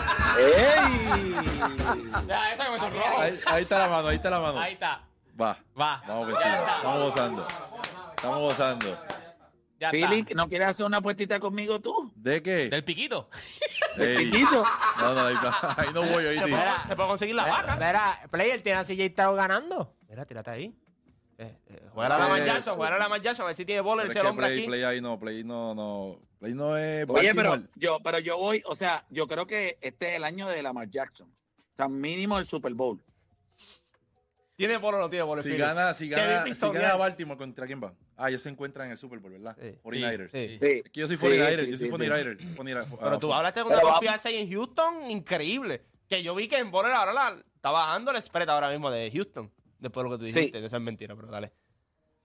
S4: ya, eso que me sonrojo.
S5: Ahí, ahí está la mano, ahí está la mano.
S4: Ahí está.
S5: Va.
S4: Va.
S5: Vamos que sí. Estamos gozando. Estamos gozando.
S4: Ya está.
S3: Philly, ¿no quieres hacer una apuestita conmigo tú?
S5: ¿De qué?
S4: Del piquito.
S5: Ey.
S3: Piquito.
S5: No, no, ahí, está. ahí no voy, oíste.
S6: Mira, Te puedo conseguir la vaca.
S7: Mira, Player tiene a CJ Stroud ganando.
S6: Mira, tírate ahí. Eh, eh, jugar a la Lamar
S5: Eh,
S6: Jackson, jugar a la Lamar Jackson, a ver si tiene bola
S5: Pero
S6: el
S5: es que
S6: hombre
S5: play,
S6: aquí.
S5: play ahí no, play no, no. Play no es.
S3: Oye, pero
S5: Baltimore.
S3: yo, pero yo voy, o sea, yo creo que este es el año de Lamar Jackson. O sea, mínimo el Super Bowl.
S6: ¿Tiene bola o no tiene bola?
S5: Si
S6: Philly?
S5: gana, si
S6: Kevin
S5: gana, si
S6: Pistonier.
S5: gana Baltimore, ¿contra quién va? Ah, ellos se encuentran en el Super Bowl, ¿verdad?
S6: Sí.
S5: 49ers.
S6: Sí.
S3: Sí.
S5: Es que yo soy
S3: Sí,
S5: 49ers,
S3: sí,
S5: yo
S3: sí,
S5: soy
S3: sí.
S5: 49ers. 49ers.
S6: Pero tú
S5: Ah,
S6: hablaste con una
S3: Pero va-
S6: confianza ahí en Houston increíble. Que yo vi que en Boller ahora la- está bajando el spread ahora mismo de Houston. Después de lo que tú
S3: Sí.
S6: dijiste, eso es mentira, pero dale.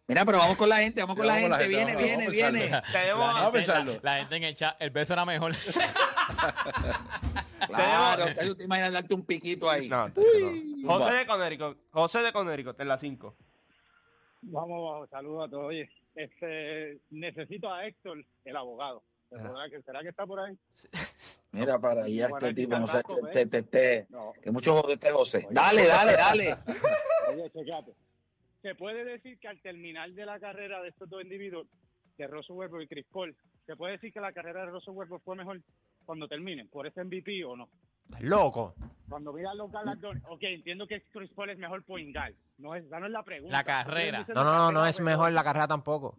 S3: Mira, pero vamos con la gente, vamos con la
S5: Vamos con la
S3: gente.
S5: gente,
S3: Viene,
S5: vamos,
S3: viene,
S5: vamos a
S3: viene.
S5: pensarlo.
S6: Tenemos,
S5: Vamos a pensarlo.
S4: La, la gente en el chat, el beso era mejor.
S3: Claro, tú te imaginas darte un piquito ahí.
S6: No, entonces no.
S5: Zumba.
S6: José de Conérico, José de Conérico, en la 5.
S8: Vamos abajo, saludos a todos. Oye, este, necesito a Héctor, el abogado. ¿Será que, será que está por ahí?
S3: Mira para allá este tipo, no sé,
S8: Guanajuato,
S3: te, te, te-
S8: No.
S3: que mucho de este José. Dale, dale, dale.
S8: Oye, chequeate. Se puede decir que al terminar de la carrera de estos dos individuos, de Russell Westbrook y Chris Paul, se puede decir que la carrera de Russell Westbrook fue mejor cuando terminen, por ese MVP o no.
S7: Pues, Loco.
S8: Cuando miran los galardones,
S4: Mm.
S8: ok, entiendo que Chris Paul es mejor point guard. No, es- esa no es la pregunta.
S4: La carrera.
S8: Ustedes dicen
S7: No, no,
S8: la
S7: no, no
S8: carrera,
S7: es
S8: pero-
S7: mejor la carrera tampoco.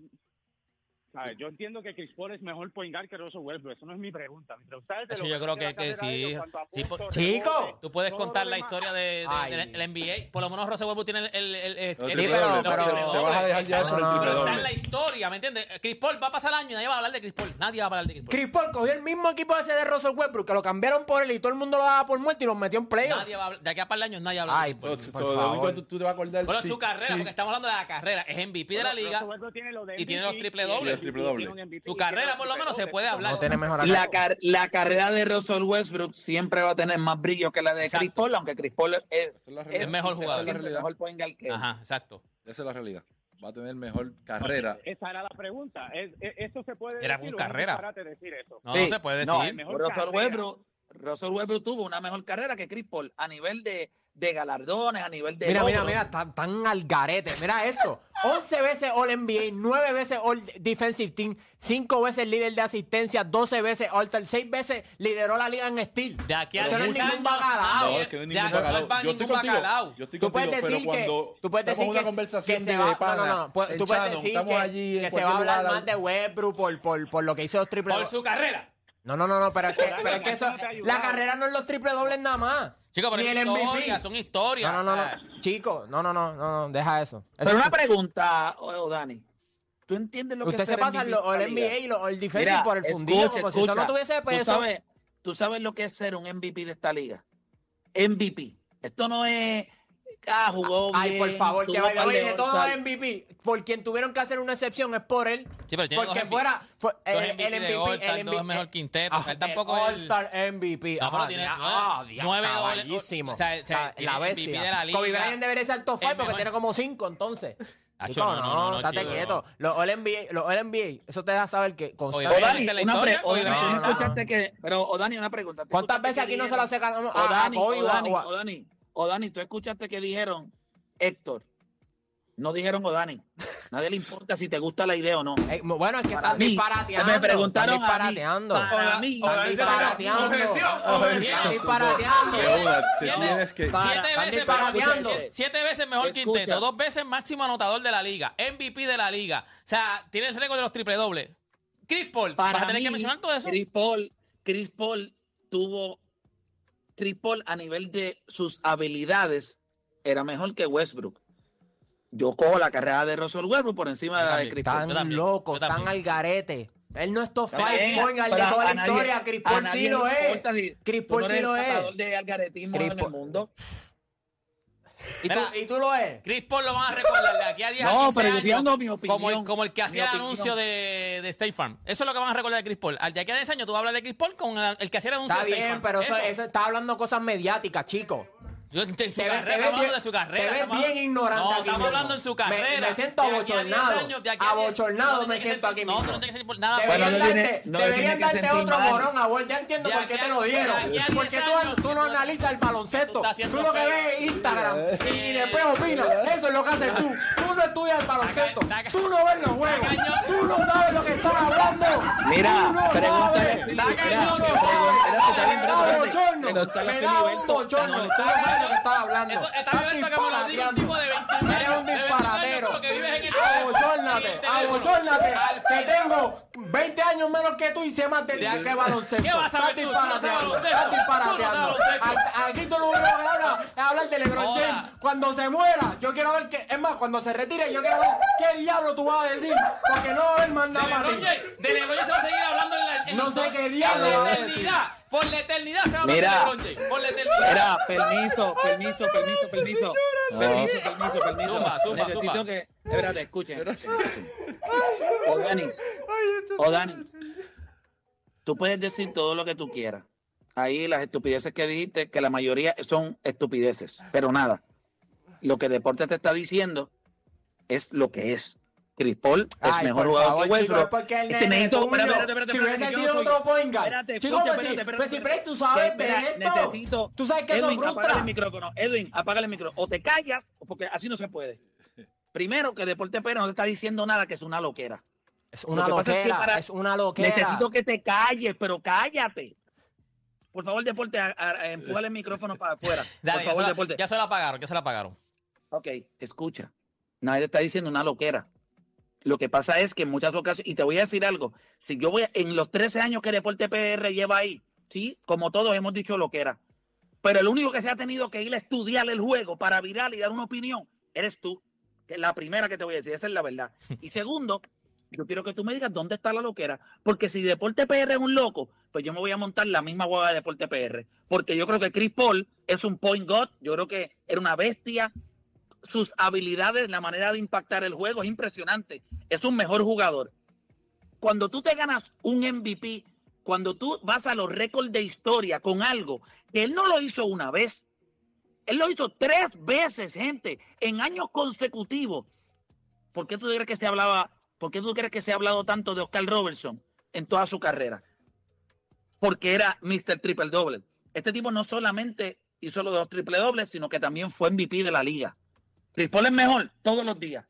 S8: A ver, yo entiendo que Chris Paul es mejor point guard que Russell Westbrook. Eso no es mi pregunta. Mi pregunta es de
S4: Eso
S8: lo
S4: yo creo
S8: fue
S4: que-
S8: la
S4: que
S8: carrera
S4: sí,
S8: de ellos
S4: hijo.
S8: cuanto a
S4: Sí,
S8: puntos,
S4: po-
S7: ¡Chico!
S8: rebotes,
S4: Tú puedes
S8: todo lo
S4: contar la
S8: demás.
S4: historia de,
S7: Ay.
S4: de- del- el NBA. Por lo menos Russell Westbrook tiene el. el, el, el-
S5: No, triple
S4: el- el- el-
S7: pero- pero-
S4: el- el-
S5: te vas a dejar llevar
S4: está-
S7: por el
S4: Pero
S7: triple
S4: está
S5: doble.
S4: en la historia, ¿me entiendes? Chris Paul va a pasar el año y nadie va a hablar de Chris Paul. Nadie va a hablar de Chris Paul.
S7: Chris Paul cogió el mismo equipo ese de Russell Westbrook, que lo cambiaron por él y todo el mundo lo daba por muerto y los metió en playoffs.
S4: Nadie va a hablar, de aquí a par de años nadie va a hablar
S7: Ay,
S4: de
S7: pues,
S4: Chris
S5: So,
S4: Paul.
S7: por
S5: so, so, lo
S7: favor.
S5: único que tú, tú te vas a acordar.
S4: Bueno,
S5: sí,
S4: su carrera,
S5: sí.
S4: porque estamos hablando de la carrera. Es MVP de la
S8: Bueno,
S4: liga
S8: Russell Westbrook tiene lo de
S4: y tiene los
S8: MVP,
S4: triple
S8: tiene
S5: Y
S4: dobles.
S5: los Triple doble.
S4: Su carrera, por lo menos, se puede hablar.
S3: La, car- la carrera de Russell Westbrook siempre va a tener más brillo que la de Chris Paul, aunque Chris Paul es,
S5: realidad. Es mejor jugador.
S3: el mejor point guard
S7: Eh.
S3: que él.
S4: Ajá, exacto.
S5: Esa es la realidad. Va a tener mejor carrera.
S10: Esa era la pregunta. Es- es- eso se puede
S4: Era
S10: decir.
S4: con
S10: o es
S4: carrera.
S10: un disparate decir eso.
S4: No, no se puede
S3: No,
S4: decir.
S10: mejor
S3: Russell
S10: carrera.
S3: Westbrook, Russell Westbrook tuvo una mejor carrera que Chris Paul a nivel de, de galardones, a nivel de.
S7: Mira, mira,
S3: logros.
S7: mira, tan, tan al garete. Mira esto. 11 veces All NBA, 9 veces All Defensive Team, 5 veces líder de asistencia, 12 veces All Star, 6 veces lideró la liga en Steel.
S4: De aquí a
S7: Pero
S4: 10
S7: no es
S4: años.
S7: ningún bacalao.
S4: nadie-
S5: No, es que no es
S4: de
S5: ningún
S4: aquí no
S5: bacalao.
S4: va
S5: Yo estoy
S4: ningún
S5: contigo,
S4: bacalao.
S5: yo estoy
S7: Tú puedes
S5: contigo,
S7: decir
S5: pero
S7: que,
S5: cuando
S7: tú
S5: estamos en
S7: puedes decir
S5: una
S7: que,
S5: conversación
S7: que
S5: de
S7: se va,
S5: pana,
S7: no, no, no, pu-
S5: en
S7: tú puedes
S5: Shannon,
S7: decir
S5: estamos
S7: que,
S5: allí en
S7: que se
S5: cualquier
S7: va a hablar
S5: lugar,
S7: más de Westbrook por, por, por lo que hizo los triple
S4: Por
S7: dobles.
S4: su carrera.
S7: No, no, no, no, pero es que, pero es que eso,
S10: No te ha ayudado.
S7: la carrera no es los triple dobles nada más.
S4: Chicos, pero
S7: ni el
S4: es historia,
S7: MVP.
S4: son historias.
S7: No, no, no,
S4: o sea,
S7: no. Chico, no, no, no, no, no, deja eso. Eso-
S3: Pero una pregunta, o- o Dani. ¿Tú entiendes lo que
S7: Usted
S3: es
S7: se
S3: ser
S7: pasa
S3: MVP
S7: los
S3: en esta
S7: All NBA
S3: liga?
S7: y los All Defensive
S3: Mira,
S7: por el
S3: escucha,
S7: fundido, como si eso
S3: escucha.
S7: no tuviese
S3: ¿Tú
S7: peso.
S3: sabes, tú sabes lo que es ser un MVP de esta liga. MVP. Esto no es. Ah, jugó.
S7: Ay,
S3: bien,
S7: por favor, que
S3: tuvo
S7: vaya.
S3: par de
S7: Oye,
S3: All-Star.
S7: todo es MVP. Por quien tuvieron que hacer una excepción es por él.
S4: Sí, pero tiene dos
S7: porque
S4: MVP.
S7: fuera fue-
S4: Dos
S7: el,
S4: MVP
S7: el
S4: de
S7: MVP,
S4: All-Star,
S7: el
S4: dos
S7: MVP,
S4: mejor quinteto, o sea, él
S7: Ah, el
S4: tampoco es el-
S7: All-Star MVP.
S4: No, pero
S7: Ajá,
S4: tiene
S7: dia-
S4: nueve-
S7: ah, dia-
S4: nueve All-
S7: caballísimo.
S4: o sea, o sea,
S7: Ca-
S4: tiene
S7: La
S4: MVP de la
S7: bestia.
S4: liga.
S7: Kobe Bryant debería ser top
S4: El
S7: 5 porque
S4: mejor-
S7: tiene como 5, entonces.
S4: Acho,
S7: Chico,
S4: no, no, no, no,
S7: estate
S4: chico,
S7: quieto.
S4: no.
S7: Los All NBA, los All NBA, eso te deja saber que
S4: Kobe
S7: constante-
S3: O
S4: Bryant
S3: Dani,
S4: está en la
S3: una
S4: historia,
S3: pre-
S4: Kobe
S3: o-
S4: Bryant.
S3: tú no
S7: no, no.
S3: escuchaste que. Pero, o Dani, una pregunta. ¿Tú
S7: ¿Cuántas
S3: escuchaste
S7: veces
S3: que
S7: aquí no se
S3: dijeron-
S7: la sacamos
S3: O
S7: a, a
S3: Dani,
S7: Kobe
S3: o
S7: o a-
S3: Dani,
S7: o a-
S3: o Dani, o Dani, tú escuchaste que dijeron Héctor. No dijeron o Dani. Nadie le importa si te gusta la idea o no.
S7: Eh, bueno, es que
S3: Para
S7: están
S3: mí,
S7: disparateando.
S3: me preguntaron
S7: están disparateando.
S3: a mí, para mí.
S7: Están disparateando. Están disparateando.
S5: Deuda, te
S4: Siete-
S5: tienes que.
S3: Para-
S4: Siete
S3: para-
S4: veces,
S7: para-
S4: mejor-
S7: para-
S4: siete- siete veces mejor
S3: Escucha.
S4: quinteto, dos veces máximo anotador de la liga, MVP de la liga. O sea, tiene el récord de los triple dobles. Chris Paul, vas a tener que
S3: mí,
S4: mencionar todo eso.
S3: Chris Paul, Chris Paul tuvo. Chris Paul a nivel de sus habilidades era mejor que Westbrook. Yo cojo la carrera de Russell Westbrook por encima de la
S4: Yo
S3: de
S4: también,
S3: Chris Paul.
S4: Yo también,
S7: Están locos,
S4: yo también.
S7: están al garete. Él no es top
S3: Está bien,
S7: 5 point guard de
S3: pero
S7: toda
S3: a
S7: la
S3: nadie-
S7: historia. Chris
S3: a
S7: Paul
S3: nadie
S7: sí
S3: le
S7: lo es.
S3: importa si-
S7: Chris
S3: tú
S7: Paul
S3: no
S7: sí
S3: eres
S7: lo
S3: el catador
S7: es.
S3: de algaretismo
S7: Chris
S3: en el
S7: Paul-
S3: mundo.
S7: ¿Y tú,
S4: Mira.
S7: y tú lo eres.
S4: Chris Paul lo van a recordar de aquí a 10
S3: No,
S4: a 15
S3: pero yo estoy
S4: años,
S3: dando mi opinión,
S4: Como el, como el que
S3: mi
S4: hacía el
S3: opinión.
S4: anuncio de, de State Farm. Eso es lo que van a recordar de Chris Paul. Al de aquí a 10 años tú vas a hablar de Chris Paul con el, el que hacía el anuncio
S7: Está
S4: de State
S7: bien,
S4: Farm.
S7: pero eso, eso está hablando cosas mediáticas, chico.
S4: Yo, en su
S7: ves-
S4: carrera,
S7: te ves
S4: estamos hablando
S7: bien-
S4: de su carrera.
S7: te ves
S4: estamos
S7: bien
S4: hablando-
S7: ignorante
S4: No,
S7: aquí
S4: estamos
S7: mismo.
S4: hablando en su
S7: Me-
S4: carrera.
S7: me siento
S4: De aquí a 10
S7: abochornado.
S4: años, de aquí a 10
S7: Abochornado
S4: no
S7: me
S4: te tienes
S7: siento
S4: que
S7: aquí
S4: sentir- No,
S7: mismo.
S4: tú no tienes que sentir por nada.
S3: Pero
S7: Deberían
S3: Ah, no
S7: darte,
S3: tiene- no
S7: deberían
S3: tiene que
S7: darte
S3: sentir
S7: otro
S3: mal.
S7: morón, abuelo. Ya entiendo
S4: De
S7: por qué
S4: aquí a-
S7: te lo
S4: de aquí a
S7: dieron.
S4: 10
S7: Porque
S4: años,
S7: tú, tú no
S4: tú-
S7: analizas el
S4: tú
S7: baloncesto.
S4: estás haciendo
S7: Tú lo que
S4: feo.
S7: ves es Instagram y
S4: Eh.
S7: después opinas. Eso es lo que haces tú. Tú no estudias el baloncesto.
S4: Está ca-
S7: Tú no ves los juegos.
S4: cañón.
S7: Tú no sabes lo que estás hablando.
S3: Mira,
S7: tú no
S3: pregúntale a
S7: sabes.
S3: Felipe,
S7: Está
S3: mira,
S7: cañón, no
S3: pregúntale,
S7: sabes.
S3: pregúntale,
S7: Me da un
S3: pregúntale,
S7: bochorno.
S3: pregúntale a
S7: Me da
S3: Felipe,
S7: un
S3: está
S7: bochorno. Tú no
S3: molestando.
S7: sabes lo que estás hablando.
S4: Esto- Está
S7: Estás
S4: violento que me lo diga un
S7: disparateando.
S4: tipo de 21 años.
S7: Eres un
S4: de 21 años,
S7: disparatero.
S4: pero que vives en el- en el
S7: Abochórnate,
S4: teléfono.
S7: abochórnate.
S4: Al
S7: Te
S4: frente.
S7: tengo 20 años menos que tú y sé más de ti que baloncesto.
S4: ¿Qué vas a
S7: Estás
S4: ver tú? Tú no sabes
S7: disparateando,
S4: baloncesto.
S7: estás
S4: Tú no sabes
S7: disparateando.
S4: baloncesto.
S7: A- Aquí tú lo único que hablas es hablar de LeBron
S4: Joda.
S7: James. Cuando se muera, yo quiero ver que... Es más, cuando se retire, yo quiero ver qué diablo tú vas a decir. Porque no va a haber más
S4: De
S7: nada para
S4: LeBron
S7: ti.
S4: James- de LeBron James se va a seguir hablando en la en
S7: No
S4: los-
S7: sé qué
S4: en
S7: diablo va
S4: la
S7: a
S4: eternidad. Por la eternidad se va a hablar
S3: Mira.
S4: de LeBron James. Por la eternidad.
S3: Mira, permiso, permiso, permiso, permiso. Permiso, permiso, permiso.
S4: Zumba, zumba,
S3: Necesito
S4: zumba.
S3: que. Espérate, escuchen. O Dani. O Dani. Tú puedes decir todo lo que tú quieras. Ahí las estupideces que dijiste, que la mayoría son estupideces, pero nada. Lo que Deporte te está diciendo es lo que es. Chris Paul es
S7: Ay,
S3: mejor
S7: por
S3: jugador
S7: favor,
S3: que
S7: chicos,
S3: Westbrook.
S7: es porque el
S3: Este
S7: nene
S3: necesito-
S7: tuyo.
S3: espérate, espérate, espérate,
S7: Si
S3: espérate,
S7: hubiese
S3: que yo
S7: sido
S3: no soy-
S7: otro point guard.
S3: Espérate,
S7: Chico,
S3: escucha,
S7: pues
S3: espérate,
S7: sí,
S3: espérate,
S7: pues sí,
S3: espérate.
S7: Blake, tú sabes
S3: Espera,
S7: de esto.
S3: Necesito.
S7: Tú sabes que eso
S3: Edwin,
S7: frustra.
S3: apaga el micrófono. Edwin, apaga el micrófono. O te callas, porque así no se puede. Primero, que Deporte Pérez no te está diciendo nada, que es una loquera.
S7: Es
S3: Lo
S7: una
S3: que pasa es que
S7: loquera,
S3: para-
S7: es una loquera.
S3: Necesito que te calles, pero cállate. Por favor, Deporte, a- a- a- empújale el micrófono para afuera.
S4: Dale,
S3: Por
S4: ya se
S3: favor,
S4: la-
S3: Deporte.
S4: Ya se la pagaron, ya se la pagaron.
S3: Ok, escucha. Nadie te está diciendo una loquera. Lo que pasa es que en muchas ocasiones, y te voy a decir algo, si yo voy a- en los 13 años que Deporte PR lleva ahí, sí, como todos hemos dicho loquera, pero el único que se ha tenido que ir a estudiar el juego para virar y dar una opinión, eres tú. Que es la primera que te voy a decir, esa es la verdad. Y segundo, yo quiero que tú me digas dónde está la loquera, porque si Deporte PR es un loco, pues yo me voy a montar la misma hueá de Deporte PR, porque yo creo que Chris Paul es un point god, yo creo que era una bestia, sus habilidades, la manera de impactar el juego es impresionante. Es un mejor jugador. cuando tú te ganas un MVP, cuando tú vas a los récords de historia con algo que él no lo hizo una vez, él lo hizo tres veces, gente, en años consecutivos. ¿Por qué tú crees que se hablaba, por qué tú crees que se ha hablado tanto de Oscar Robertson en toda su carrera? Porque era Mr. Triple Doble. Este tipo no solamente hizo lo de los triple dobles, sino que también fue MVP de la liga. Chris Paul es mejor todos los días.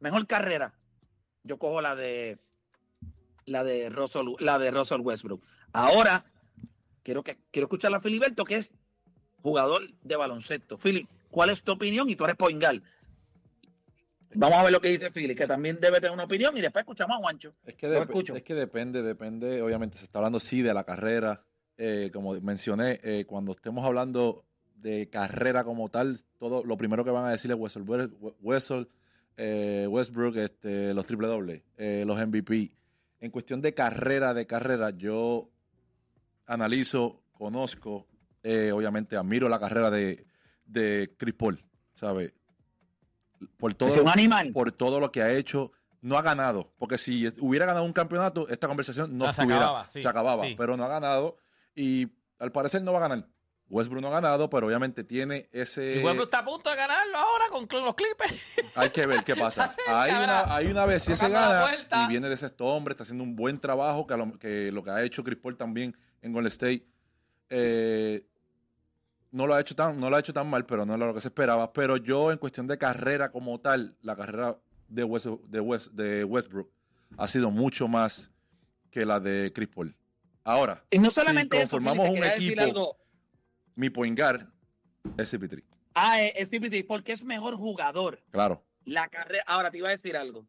S3: Mejor carrera. Yo cojo la de la de Russell, la de Russell Westbrook. Ahora quiero que quiero escuchar a Filiberto, que es jugador de baloncesto. Philip, ¿cuál es tu opinión? Y tú eres point guard. Vamos a ver lo que dice Philip, que también debe tener una opinión y después escuchamos a Juancho.
S5: Es que,
S3: Lo
S5: dep-
S3: escucho.
S5: es que depende, depende. Obviamente se está hablando sí de la carrera. Eh, como mencioné, eh, cuando estemos hablando de carrera como tal, todo lo primero que van a decir es Wessel, Wer- Wessel, eh, Westbrook, este, los triple doble, eh, los MVP. En cuestión de carrera, de carrera, yo analizo, conozco, eh, obviamente admiro la carrera de, de Chris Paul, ¿sabes? Por todo,
S3: Es un
S5: lo-
S3: animal.
S5: por todo lo que ha hecho, no ha ganado. Porque si es- hubiera ganado un campeonato, esta conversación no
S4: Ah, se
S5: estuviera-
S4: acababa, sí,
S5: se acababa,
S4: sí.
S5: pero no ha ganado y al parecer no va a ganar. Westbrook no ha ganado, pero obviamente tiene ese...
S3: Eh,
S4: Y Westbrook está a punto de ganarlo ahora con cl- los Clippers.
S5: Hay que ver qué pasa.
S4: Se acerca,
S5: Hay
S4: ¿verdad?
S5: una, hay una vez, si se
S4: Tocando la
S5: gana
S4: puerta.
S5: y viene de sexto hombre, está haciendo un buen trabajo, que, a lo que, lo que ha hecho Chris Paul también en Golden State, eh, no, lo ha hecho tan, no lo ha hecho tan mal, pero no era lo que se esperaba. Pero yo, en cuestión de carrera como tal, la carrera de, West- de, West- de Westbrook ha sido mucho más que la de Chris Paul. Ahora,
S3: Y no solamente
S5: si
S3: eso, Philly,
S5: conformamos
S3: te
S5: un
S3: quería decir
S5: equipo,
S3: algo.
S5: mi point guard es CP3,
S3: Ah, es, es CP3, porque es mejor jugador.
S5: claro.
S3: La carrera. Ahora te iba a decir algo.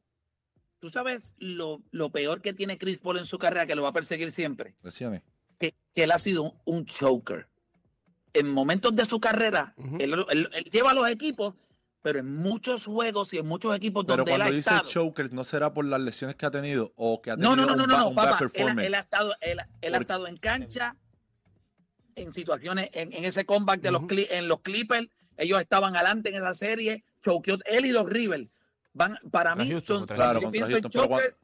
S3: Tú sabes lo, lo peor que tiene Chris Paul en su carrera, que lo va a perseguir siempre.
S5: Lesiones.
S3: Que, que él ha sido un, un choker. En momentos de su carrera, él, él- él lleva a los equipos, pero en muchos juegos y en muchos equipos
S5: Pero
S3: donde él ha
S5: cuando dice
S3: estado.
S5: choker, ¿no será por las lesiones que ha tenido o que ha
S3: No,
S5: tenido
S3: no, no,
S5: un,
S3: no,
S5: ba-
S3: no,
S5: un bad
S3: papá. Él, ha-
S5: performance?
S3: él ha estado, él, ha- él ha
S5: Porque-
S3: estado en cancha, en situaciones, en, en ese comeback de los, Cli- en los Clippers. Ellos estaban adelante en esa serie. Choqueó él y los Rivers. Van, para mí, son,
S5: Claro,
S3: yo
S5: contra
S3: pienso en
S5: Houston, pero
S3: choker,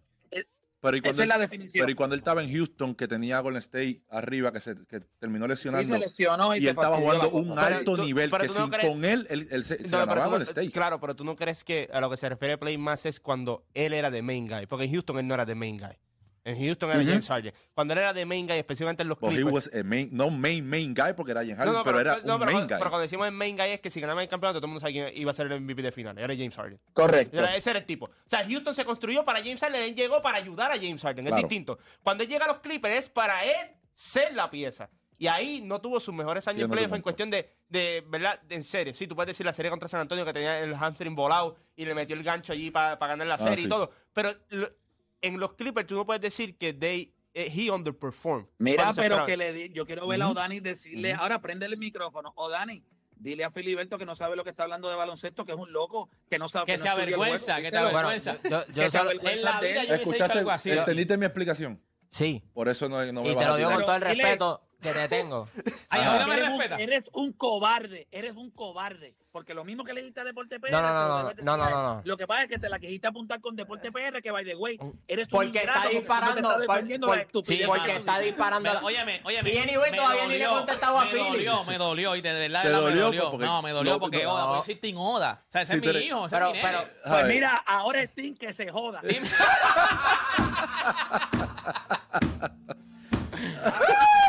S5: Pero y
S3: Esa
S5: cuando,
S3: es la definición.
S5: Pero y cuando él estaba en Houston, que tenía a Golden State arriba, que, se, que terminó lesionando.
S3: lesionó y
S5: y
S3: se
S5: él estaba jugando
S3: fastidió la cosa.
S5: un
S6: Pero
S5: alto
S6: tú-
S5: nivel
S6: pero
S5: que
S6: tú no
S5: sin,
S6: crees-
S5: con él, él, él se, se
S6: No,
S5: ganaba
S6: pero tú
S5: Golden
S6: no-
S5: State.
S6: Claro, pero tú no crees que a lo que se refiere Play más es cuando él era de main guy, porque en Houston él no era de main guy. En Houston era
S5: Ujú.
S6: James Harden. Cuando él era de main guy, especialmente en los
S5: But he
S6: Clippers.
S5: was a main, no main, main guy porque era James Harden,
S6: No, no,
S5: pero, era
S6: no,
S5: un
S6: pero
S5: main
S6: cuando,
S5: guy.
S6: pero cuando decimos el main guy es que si ganaba el campeonato, todo el mundo sabía quién iba a ser el MVP de final. Era James Harden.
S3: Correcto.
S6: Era- ese era el tipo. O sea, Houston se construyó para James Harden. Él llegó para ayudar a James Harden. Es
S5: Claro.
S6: distinto. Cuando él llega a los Clippers es para él ser la pieza. Y ahí no tuvo sus mejores años en
S5: Entiendo tu
S6: playoff en
S5: punto.
S6: cuestión de, de, ¿verdad? En serie. Sí, tú puedes decir la serie contra San Antonio que tenía el hamstring volado y le metió el gancho allí para ganar la
S5: Ah,
S6: serie
S5: sí.
S6: y todo. Pero lo- en los Clippers tú no puedes decir que they, eh, he underperformed.
S3: Mira,
S6: Cuando se
S3: pero
S6: esperaba.
S3: que le di- yo quiero ver a
S6: Ujú.
S3: Odani decirle, ahora prende el micrófono. Odani, dile a Filiberto que no sabe lo que está hablando de baloncesto, que es un loco, que no sabe
S4: Que
S3: no
S4: se
S3: estudia el
S4: avergüenza,
S3: juego.
S4: que te avergüenza.
S7: Yo- yo
S3: Que se
S7: solo-
S3: avergüenza
S4: en la
S3: de
S4: vida
S3: él.
S4: yo hubiese hecho algo así.
S5: eh, ¿Entendiste mi explicación?
S7: Sí.
S5: Por eso no, no me
S7: Y
S5: vas
S7: te
S5: a
S7: lo digo
S5: tirar.
S7: con todo el
S3: Pero dile-
S7: respeto que te tengo.
S4: Ay,
S5: Ajá.
S4: a mí no me
S3: eres, un,
S4: respeta.
S3: eres un cobarde, eres un cobarde. Porque lo mismo que le dijiste a Deporte PR.
S7: No, no,
S3: se lo
S7: no, no,
S3: debes
S7: no, no,
S3: decir a
S7: no,
S3: él.
S7: no. Eh.
S3: Lo que pasa es que te la quisiste apuntar con Deporte PR, que by the way, eres un
S11: Porque está
S3: ingrato, porque siempre te
S11: disparando.
S3: está
S11: por-
S3: defendiendo
S11: por-
S3: la estupidez
S11: sí,
S3: de
S11: porque
S3: los
S11: está
S3: demás.
S11: disparando.
S4: Me- óyeme, óyeme.
S11: Tiene güey
S4: me
S11: todavía ni le
S4: dolió,
S11: ha contestado a
S4: me
S11: Philly.
S4: dolió, me dolió. Y de verdad,
S5: ¿Te
S4: de verdad me
S5: dolió?
S4: dolió.
S5: Porque-
S4: no, me dolió
S5: no,
S4: porque
S5: no.
S4: Oda, porque yo soy Team Oda. O sea, ese
S5: Sí,
S4: es
S5: tú
S4: mi
S5: eres-
S4: hijo, ese
S7: Pero-
S4: es mi nene.
S7: pero-
S5: A
S3: Pues
S5: ver,
S3: mira, ahora es Tim que se joda.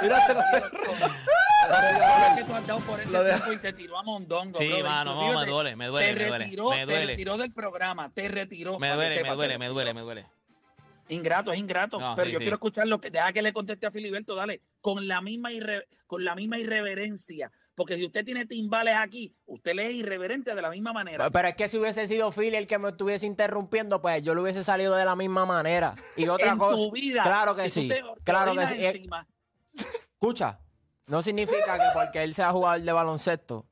S5: mírate la-
S3: Ahora que tú has dado por ese
S5: Lo de-
S3: tiempo y te tiró a Mondongo.
S4: Sí,
S3: brother.
S4: mano,
S3: Inclusive
S4: no, me
S3: te-
S4: duele, me duele,
S3: te
S4: me duele,
S3: retiró-
S4: me
S3: Te
S4: duele.
S3: retiró del programa, te retiró. para
S4: Me
S3: que
S4: duele, me
S3: sepas,
S4: duele,
S3: te
S4: me
S3: retiró.
S4: duele, me duele.
S3: Ingrato, es ingrato.
S4: No,
S3: pero
S4: sí,
S3: yo
S4: sí.
S3: quiero escuchar lo que. Deja que le conteste a Filiberto, dale. Con la misma irre- con la misma irreverencia. Porque si usted tiene timbales aquí, usted le es irreverente de la misma manera.
S7: Pero es que si hubiese sido Philly el que me estuviese interrumpiendo, pues yo lo hubiese salido de la misma manera. Y otra
S3: en
S7: cosa.
S3: tu vida.
S7: Claro
S3: si
S7: que
S3: tú
S7: sí.
S3: te- te
S7: Claro que
S3: orinas
S7: sí. Eh,
S3: encima,
S7: Escucha, no significa que porque él sea jugador de baloncesto,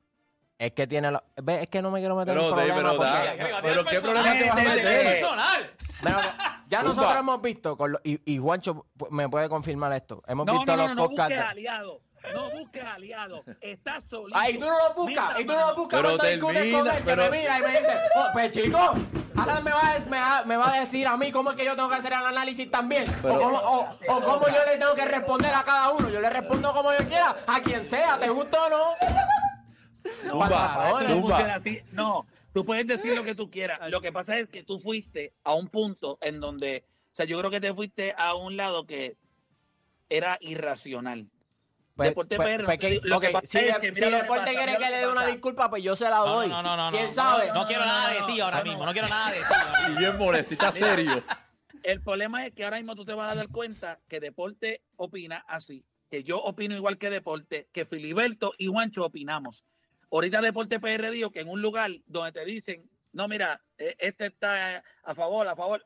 S7: es que tiene la... Ve, Es que no me quiero meter en
S5: Pero, Dave,
S7: problemas
S5: pero,
S7: porque-
S5: Dave, pero qué problema te vas a
S3: Vete,
S5: meter.
S3: vete.
S4: Personal.
S7: Pero que- ya
S5: Zumba.
S7: nosotros hemos visto, con lo- y, y Juancho pu- me puede confirmar esto, hemos
S3: No,
S7: visto
S3: no, no,
S7: los
S3: no, no
S7: podcasts...
S3: busques aliado. No busques aliado. Estás solito.
S11: Ay, tú no lo buscas,
S3: Mira,
S11: y tú no lo
S3: mano.
S11: buscas
S5: Pero
S11: cuando discutes
S5: termina,
S11: con él, que
S5: pero-
S11: me mira y me dice, "Oh, pues chico,
S7: Ahora me va, a, me va- me va a decir a mí cómo es que yo tengo que hacer el análisis también.
S3: Pero-
S7: o cómo, o- o cómo yo le tengo que responder a cada uno. Yo le respondo como yo quiera, a quien sea, te gusta o no.
S3: Zumba, para esto no
S7: Zumba.
S3: funciona así. No, tú puedes decir lo que tú quieras. Lo que pasa es que tú fuiste a un punto en donde, o sea, yo creo que te fuiste a un lado que era irracional.
S7: Pues-
S3: Deporte
S7: pues-
S3: PR,
S7: pues que-
S3: lo que
S7: ok,
S3: pasa
S7: si
S3: es
S7: de-
S3: que
S7: si
S3: mira lo que
S7: Deporte
S3: pasa,
S7: quiere
S3: mira
S7: que
S3: lo
S7: le
S3: que
S7: dé una
S3: pasa.
S7: disculpa, pues yo se la doy.
S4: No, no, no, no.
S7: ¿Quién
S4: no,
S7: sabe?
S4: No, quiero nada de ti ahora mismo. No quiero nada de ti.
S5: Y bien molesto, y está
S3: Mira.
S5: serio.
S3: El problema es que ahora mismo tú te vas a dar cuenta que Deporte opina así, que yo opino igual que Deporte, que Filiberto y Juancho opinamos. Ahorita Deporte PR dijo que en un lugar donde te dicen, no, mira, eh, este está a favor, a favor.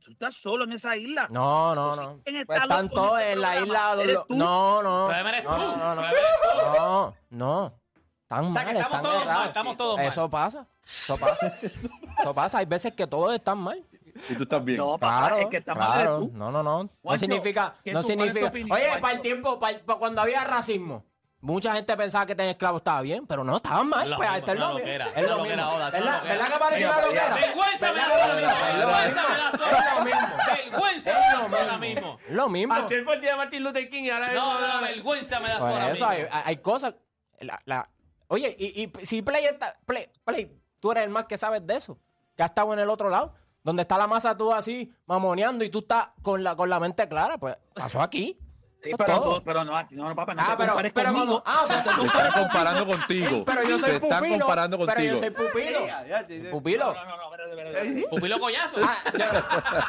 S3: Tú estás solo en esa isla.
S7: No, no,
S3: Pues
S7: no.
S3: sí, en
S7: Pues
S3: esta
S7: están
S3: loco,
S7: todos
S3: en este
S7: en la
S3: programa.
S7: isla. de
S3: Eres
S7: los-
S3: tú.
S7: No, no.
S4: Problema eres
S7: no,
S4: tú.
S7: no, no, no.
S4: Problema eres tú.
S7: No, no. Están
S4: sea, que
S7: mal,
S4: estamos
S7: están
S4: todos mal,
S7: errados.
S4: estamos todos mal.
S7: Eso pasa. Eso pasa. Eso pasa. Hay veces que todos están mal.
S5: Y tú estás bien.
S3: No, papá,
S7: Claro,
S3: es que está mal
S7: claro.
S3: eres tú.
S7: No, no, no. No
S3: Juancho,
S7: significa,
S3: ¿qué
S7: no
S3: tú- cuál es tu
S7: significa.
S3: opinión,
S7: Oye,
S3: Juancho?
S7: para el tiempo, para, el- para cuando había racismo, mucha gente pensaba que tener esclavos estaba bien, pero no, estaban mal.
S4: Lo
S7: pues,
S4: mismo,
S7: hasta es
S4: una
S7: lo mismo.
S4: loquera,
S7: Es
S4: una
S7: lo
S4: loquera,
S7: mismo.
S4: Oda, es una
S7: ¿Verdad
S4: loquera.
S7: ¿verdad que parece
S3: Venga,
S7: una
S3: para allá.
S7: loquera?
S4: Vergüenza me da
S7: ¿Verdad?
S4: ahora mismo.
S7: Es lo
S4: Vergüenza me
S7: mismo.
S4: da
S7: Es lo mismo.
S4: Vergüenza me
S7: Es
S4: da
S7: lo
S4: todo ahora
S7: mismo.
S4: mismo.
S7: Es Lo mismo.
S6: Antes fue el día de Martin Luther King y ahora es-
S4: No, no, vergüenza me da todo
S7: Por
S4: ahora
S7: eso
S4: mismo.
S7: hay, hay cosas. la- la- oye, y, y si Play está. Play, Play, tú eres el más que sabes de eso. Que has estado en el otro lado. Donde está la masa tú así, mamoneando, y tú estás con la, con la mente clara. Pues pasó aquí.
S3: Sí,
S7: Eso es
S3: pero,
S7: todo.
S3: tú- pero no, no, no, papá, no
S7: Ah,
S3: te
S7: pero-
S3: compares
S7: pero
S3: conmigo.
S7: cuando- ah, pero-
S3: No te
S5: Te
S3: compares
S5: están comparando contigo.
S7: Pero yo soy
S5: Te están
S7: pupilo,
S5: comparando
S7: pero yo
S5: contigo.
S7: soy pupilo.
S6: Ya, ya, ya.
S7: Pupilo.
S3: No, no, no, espérate, espérate, espérate.
S4: Pupilo collazo.
S7: Ah,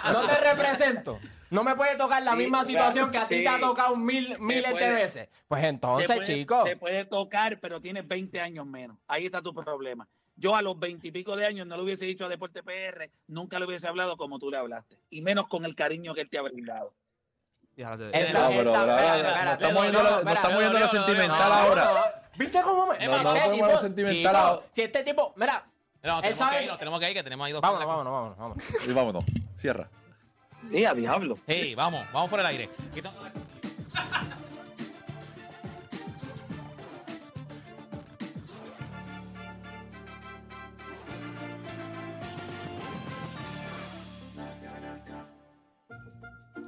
S7: yo- no te represento. No me puede tocar la
S3: Sí,
S7: misma
S3: claro,
S7: situación que a ti
S3: sí.
S7: te ha tocado mil, miles de
S3: puede.
S7: veces. Pues
S3: Te
S7: entonces,
S3: puede-
S7: chicos.
S3: Te puede tocar, pero tienes 20 años menos. Ahí está tu problema. Yo a los 20 y pico de años no le hubiese dicho a Deporte PR, nunca le hubiese hablado como tú le hablaste. Y menos con el cariño que él te ha brindado.
S6: Eh,
S7: Esa-
S5: No, pero
S7: esa-
S5: ahora-
S7: espérate,
S5: nos
S7: espérate,
S5: estamos
S7: no,
S5: yendo a
S7: no,
S5: lo- nos
S7: espérate,
S5: estamos yendo a lo
S4: no, no, no,
S5: sentimental
S4: no, no,
S5: ahora.
S7: ¿Viste cómo me.?
S4: No, no,
S7: este
S5: no,
S7: tipo-
S5: no, sentimental.
S7: Chico, si este tipo. Mira,
S4: No,
S7: él
S4: tenemos que
S7: sabe.
S4: ir, nos tenemos que ir, que tenemos ahí dos
S7: Vámonos,
S4: pendejos.
S7: vámonos, vámonos, vámonos.
S5: Y vámonos. Cierra.
S3: Sí, a diablo.
S4: Hey, vamos, vamos por el aire. Quita-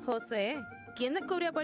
S11: José, ¿quién descubrió Puerto